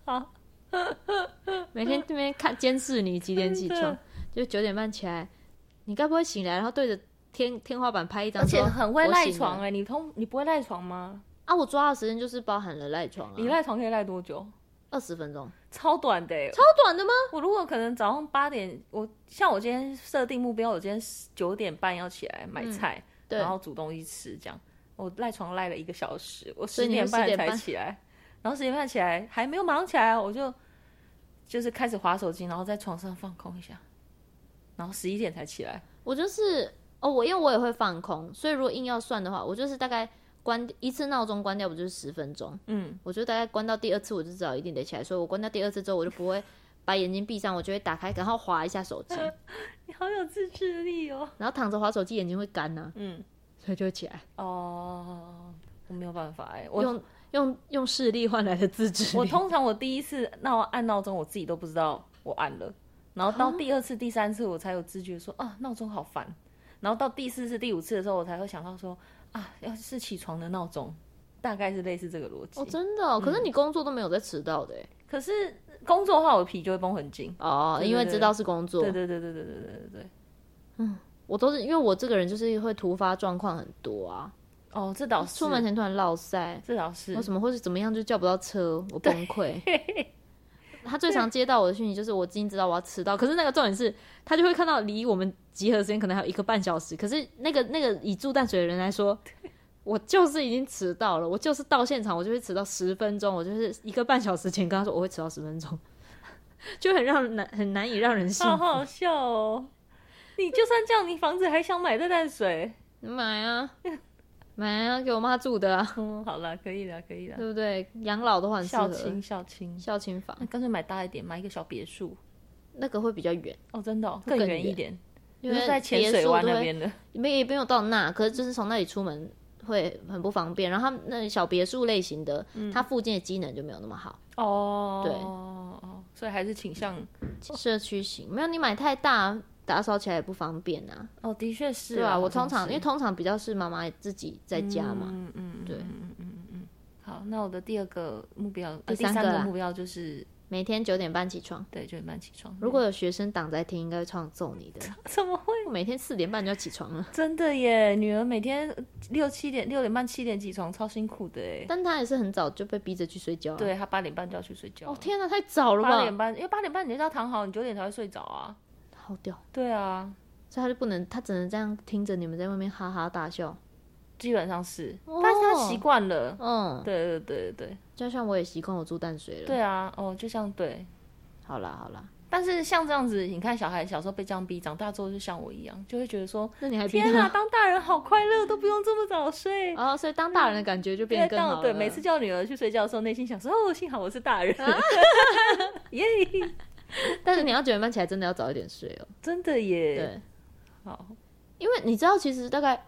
Speaker 2: 每天这边看监视你几点起
Speaker 1: 真
Speaker 2: 床
Speaker 1: 的，
Speaker 2: 就九点半起来，你该不会醒来然后对着天天花板拍一张
Speaker 1: 而
Speaker 2: 说，
Speaker 1: 且很会
Speaker 2: 我
Speaker 1: 赖
Speaker 2: 醒
Speaker 1: 床
Speaker 2: 了
Speaker 1: 哎、你通你不会赖床吗？
Speaker 2: 啊！我抓到时间就是包含了赖床
Speaker 1: 你
Speaker 2: 啊，
Speaker 1: 赖床可以赖多久？
Speaker 2: 二十分钟，
Speaker 1: 超短的、欸，
Speaker 2: 超短的吗？
Speaker 1: 我如果可能早上八点，我像我今天设定目标，我今天九点半要起来买菜，
Speaker 2: 对
Speaker 1: 然后煮东西吃，这样我赖床赖了一个小时，我
Speaker 2: 所以
Speaker 1: 十
Speaker 2: 你会
Speaker 1: 点半
Speaker 2: 10点
Speaker 1: 才
Speaker 2: 半
Speaker 1: 起来，然后十点半起来还没有马上起来哦，我就就是开始划手机，然后在床上放空一下，然后十一点才起来。
Speaker 2: 我就是哦，我因为我也会放空，所以如果硬要算的话，我就是大概关一次闹钟关掉，不就是十分钟？
Speaker 1: 嗯，
Speaker 2: 我就大概关到第二次，我就知道一定得起来，所以我关到第二次之后，我就不会把眼睛闭上，我就会打开，然后划一下手机，
Speaker 1: 你好有自制力哦。
Speaker 2: 然后躺着划手机，眼睛会干呐、
Speaker 1: 嗯，
Speaker 2: 所以就会起来。
Speaker 1: 哦，我没有办法哎、我
Speaker 2: 用用用视力换来的自制力。
Speaker 1: 我通常我第一次闹按闹钟，我自己都不知道我按了，然后到第二次、第三次我才有知觉说啊闹钟好烦，然后到第四次、第五次的时候，我才会想到说啊要是起床的闹钟，大概是类嗯似这个逻辑。
Speaker 2: 哦，真的、哦，可是你工作都没有在迟到的欸、
Speaker 1: 可是工作的话，我皮就会绷很紧。
Speaker 2: 哦，因为知道是工作。
Speaker 1: 对对对对对对对对对。
Speaker 2: 我都是因为我这个人就是会突发状况很多啊，
Speaker 1: 哦，这倒是
Speaker 2: 出门前突然落塞，
Speaker 1: 这倒是
Speaker 2: 我什么或是怎么样就叫不到车，我崩溃。 他最常接到我的讯息就是我已经知道我要迟到，可是那个重点是他就会看到离我们集合时间可能还有一个半小时，可是那个那个以住淡水的人来说，我就是已经迟到了，我就是到现场我就会迟到十分钟，我就是一个半小时前跟他说我会迟到十分钟， 就很让难很难以让人信
Speaker 1: 好
Speaker 2: 服。
Speaker 1: 好笑哦。你就算这样，你房子还想买这淡水？
Speaker 2: 买 啊买啊，给我妈住的、啊，
Speaker 1: 嗯，好了，可以了，可以了。
Speaker 2: 对不对？养老都很适
Speaker 1: 孝
Speaker 2: 合
Speaker 1: 亲，孝亲，
Speaker 2: 孝亲房
Speaker 1: 那干脆买大一点，买一个小别墅。
Speaker 2: 那个会比较远，
Speaker 1: 哦，真的、哦，
Speaker 2: 会
Speaker 1: 更
Speaker 2: 更
Speaker 1: 远一
Speaker 2: 远
Speaker 1: 点，
Speaker 2: 因
Speaker 1: 就
Speaker 2: 为
Speaker 1: 是在浅
Speaker 2: 别
Speaker 1: 水
Speaker 2: 墅
Speaker 1: 湾
Speaker 2: 都
Speaker 1: 那
Speaker 2: 会
Speaker 1: 边的。
Speaker 2: 没也没有到那，可是就是从那里出门会很不方便。然后他们那小别墅类型的，
Speaker 1: 嗯
Speaker 2: 它附近的机能就没有那么好，
Speaker 1: 哦，
Speaker 2: 对
Speaker 1: 哦，所以还是倾向
Speaker 2: 社区型没有你买太大，打扫起来也不方便啊。
Speaker 1: 哦，的确是、
Speaker 2: 对啊，我通常因为
Speaker 1: 为
Speaker 2: 通常比较是妈妈自己在家嘛，
Speaker 1: 嗯嗯，嗯
Speaker 2: 对
Speaker 1: 嗯嗯嗯嗯嗯。好，那我的第二个目标，呃
Speaker 2: 第
Speaker 1: 第
Speaker 2: 三
Speaker 1: 三
Speaker 2: 个
Speaker 1: 个
Speaker 2: 啦
Speaker 1: 目标就是
Speaker 2: 每天九点半起床。
Speaker 1: 对，九点半起床。
Speaker 2: 如果有学生党在听，应该会唱揍你的。
Speaker 1: 怎么会？
Speaker 2: 我每天四点半就要起床了，
Speaker 1: 真的耶，女儿每天六七点、六点半、七点起床，超辛苦的哎。
Speaker 2: 但他也是很早就被逼着去睡觉、啊。，
Speaker 1: 对她八点半就要去睡觉了。
Speaker 2: 哦天哪，太早了
Speaker 1: 八点
Speaker 2: 吧，
Speaker 1: 半，因为八点半你就要躺好，你九点才会睡着啊。
Speaker 2: 好屌！
Speaker 1: 对啊，
Speaker 2: 所以他就不能，他只能这样听着你们在外面哈哈大笑。
Speaker 1: 基本上是，
Speaker 2: 哦
Speaker 1: 但是她习惯了。
Speaker 2: 嗯，
Speaker 1: 对对对对
Speaker 2: 就像我也习惯我住淡水了。
Speaker 1: 对，啊，哦，就像对。
Speaker 2: 好啦好啦，
Speaker 1: 但是像这样子，你看小孩小时候被这样逼，长大之后就像我一样，就会觉得说，
Speaker 2: 那你还 逼
Speaker 1: 天啊，
Speaker 2: 他？
Speaker 1: 当大人好快乐，都不用这么早睡。
Speaker 2: 哦，所以当大人的感觉就变
Speaker 1: 对，
Speaker 2: 得更好
Speaker 1: 当
Speaker 2: 了。啊
Speaker 1: 对，每次叫女儿去睡觉的时候，内心想说：“哦，幸好我是大人， 耶、
Speaker 2: 但是你要九点半起来，真的要早一点睡哦。
Speaker 1: 真的耶。
Speaker 2: 对，
Speaker 1: 好，
Speaker 2: 因为你知道，其实大概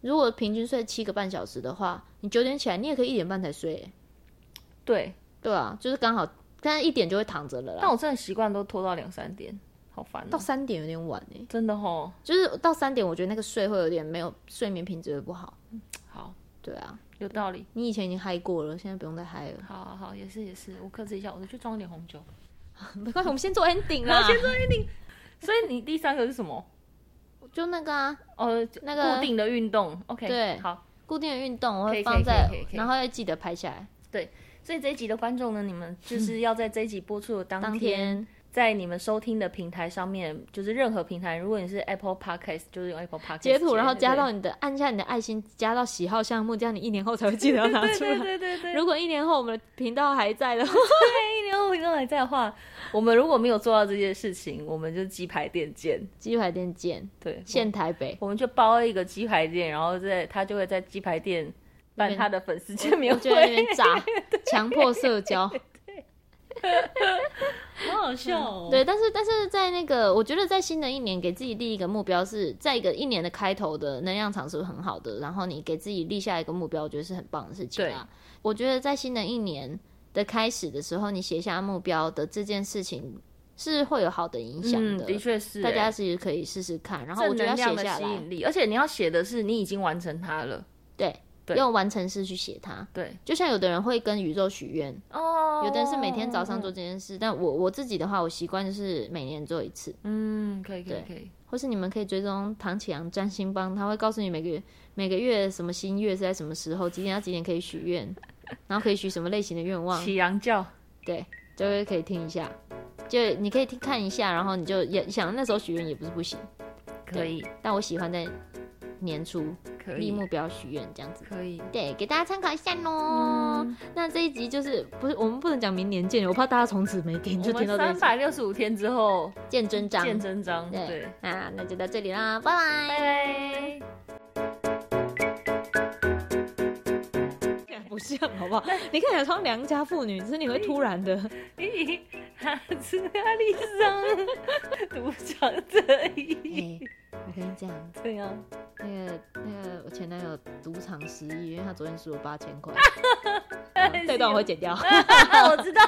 Speaker 2: 如果平均睡七个半小时的话，你九点起来，你也可以一点半才睡耶。欸
Speaker 1: 对，
Speaker 2: 对啊，就是刚好，但是一点就会躺着了
Speaker 1: 但
Speaker 2: 啦。
Speaker 1: 我真的习惯都拖到两三点，好烦、
Speaker 2: 到
Speaker 1: 哦。
Speaker 2: 三点有点晚哎，
Speaker 1: 真的哦吼，
Speaker 2: 就是到三点，我觉得那个睡会有点没有睡眠品质会不好。
Speaker 1: 好，
Speaker 2: 对啊，
Speaker 1: 有道理。
Speaker 2: 你以前已经嗨过了，现在不用再嗨了。
Speaker 1: 好好好，也是也是，我克制一下，我去装一点红酒。
Speaker 2: 没关系，我们先做 ending 啦，先做
Speaker 1: 所以你第三个是什么？
Speaker 2: 就那个啊，
Speaker 1: 呃，
Speaker 2: 那个
Speaker 1: 固定的运动，OK，
Speaker 2: 对
Speaker 1: 好。
Speaker 2: 固定的运动我
Speaker 1: 可以
Speaker 2: 会
Speaker 1: 可以
Speaker 2: 放在
Speaker 1: 可以可以可，以
Speaker 2: 然后要记得拍下来。
Speaker 1: 所以这一集的观众呢，你们就是要在这一集播出的当
Speaker 2: 当
Speaker 1: 天，
Speaker 2: 天
Speaker 1: 在你们收听的平台上面，就是任何平台，如果你是 Apple Podcast，就是用 Apple Podcast
Speaker 2: 截图，然后加
Speaker 1: 对
Speaker 2: 到你的，按下你的爱心，加到喜好项目，这样你一年后才会记得要拿出
Speaker 1: 对
Speaker 2: 来。
Speaker 1: 对对对。
Speaker 2: 如果一年后我们的频道还在的话，
Speaker 1: 一年后评论还在的话，我们如果没有做到这件事情，我们就鸡排店见。
Speaker 2: 鸡排店见，
Speaker 1: 对，
Speaker 2: 现 台北。
Speaker 1: 我我们就包一个鸡排店，然后在他就会在鸡排店办他的粉丝见面
Speaker 2: 我就在那
Speaker 1: 会，
Speaker 2: 边炸， 强迫社交。
Speaker 1: 好好笑哦
Speaker 2: 对，但是但是在那个，我觉得在新的一年给自己立一个目标是，在一个一年的开头的能量场是不是很好的？然后你给自己立下一个目标，我觉得是很棒的事情啊。我觉得在新的一年的开始的时候，你写下目标的这件事情是会有好的影响
Speaker 1: 嗯，
Speaker 2: 的。
Speaker 1: 的确是、
Speaker 2: 大家
Speaker 1: 欸
Speaker 2: 其实可以试试看，然后我
Speaker 1: 正
Speaker 2: 觉得要
Speaker 1: 能量
Speaker 2: 写
Speaker 1: 的
Speaker 2: 下
Speaker 1: 吸
Speaker 2: 来，
Speaker 1: 引力，而且你要写的是你已经完成它了，
Speaker 2: 对，
Speaker 1: 对
Speaker 2: 用完成式去写它。
Speaker 1: 对，
Speaker 2: 就像有的人会跟宇宙许愿，
Speaker 1: 哦
Speaker 2: 有的人是每天早上做，这件事，但我我自己的话，我习惯就是每年做一次，
Speaker 1: 嗯，可以可以
Speaker 2: 对
Speaker 1: 可以，
Speaker 2: 或是你们可以追踪唐启阳占星帮，他会告诉你每个月每个月什么新月是在什么时候，几点到几点可以许愿，然后可以许什么类型的愿望，
Speaker 1: 起羊叫，
Speaker 2: 对，就会可以听一下，就你可以听看一下，然后你就也想那时候许愿也不是不行，
Speaker 1: 可以
Speaker 2: 但我喜欢在年初
Speaker 1: 可
Speaker 2: 立
Speaker 1: 以
Speaker 2: 目标许愿这样子。
Speaker 1: 可以，
Speaker 2: 对，给大家参考一下喽。
Speaker 1: 嗯
Speaker 2: 那这一集就是不是我们不能讲明年见，我怕大家从此没听就
Speaker 1: 我
Speaker 2: 听到
Speaker 1: 们
Speaker 2: 这一
Speaker 1: 三
Speaker 2: 集
Speaker 1: 百六十五天之后
Speaker 2: 见真章。
Speaker 1: 见真章，
Speaker 2: 对
Speaker 1: 对，
Speaker 2: 啊，那就到这里啦，拜拜。
Speaker 1: 拜 拜。
Speaker 2: 不像 好不好？你看起来像良家妇女，只是你会突然的。
Speaker 1: 咦，哈兹阿里桑， 独掌这一
Speaker 2: 哎、我跟你讲，
Speaker 1: 这
Speaker 2: 啊
Speaker 1: 样，
Speaker 2: 那个那个我前男友赌场失忆，因为他昨天输了八千块，这段我会剪掉。
Speaker 1: 我知道。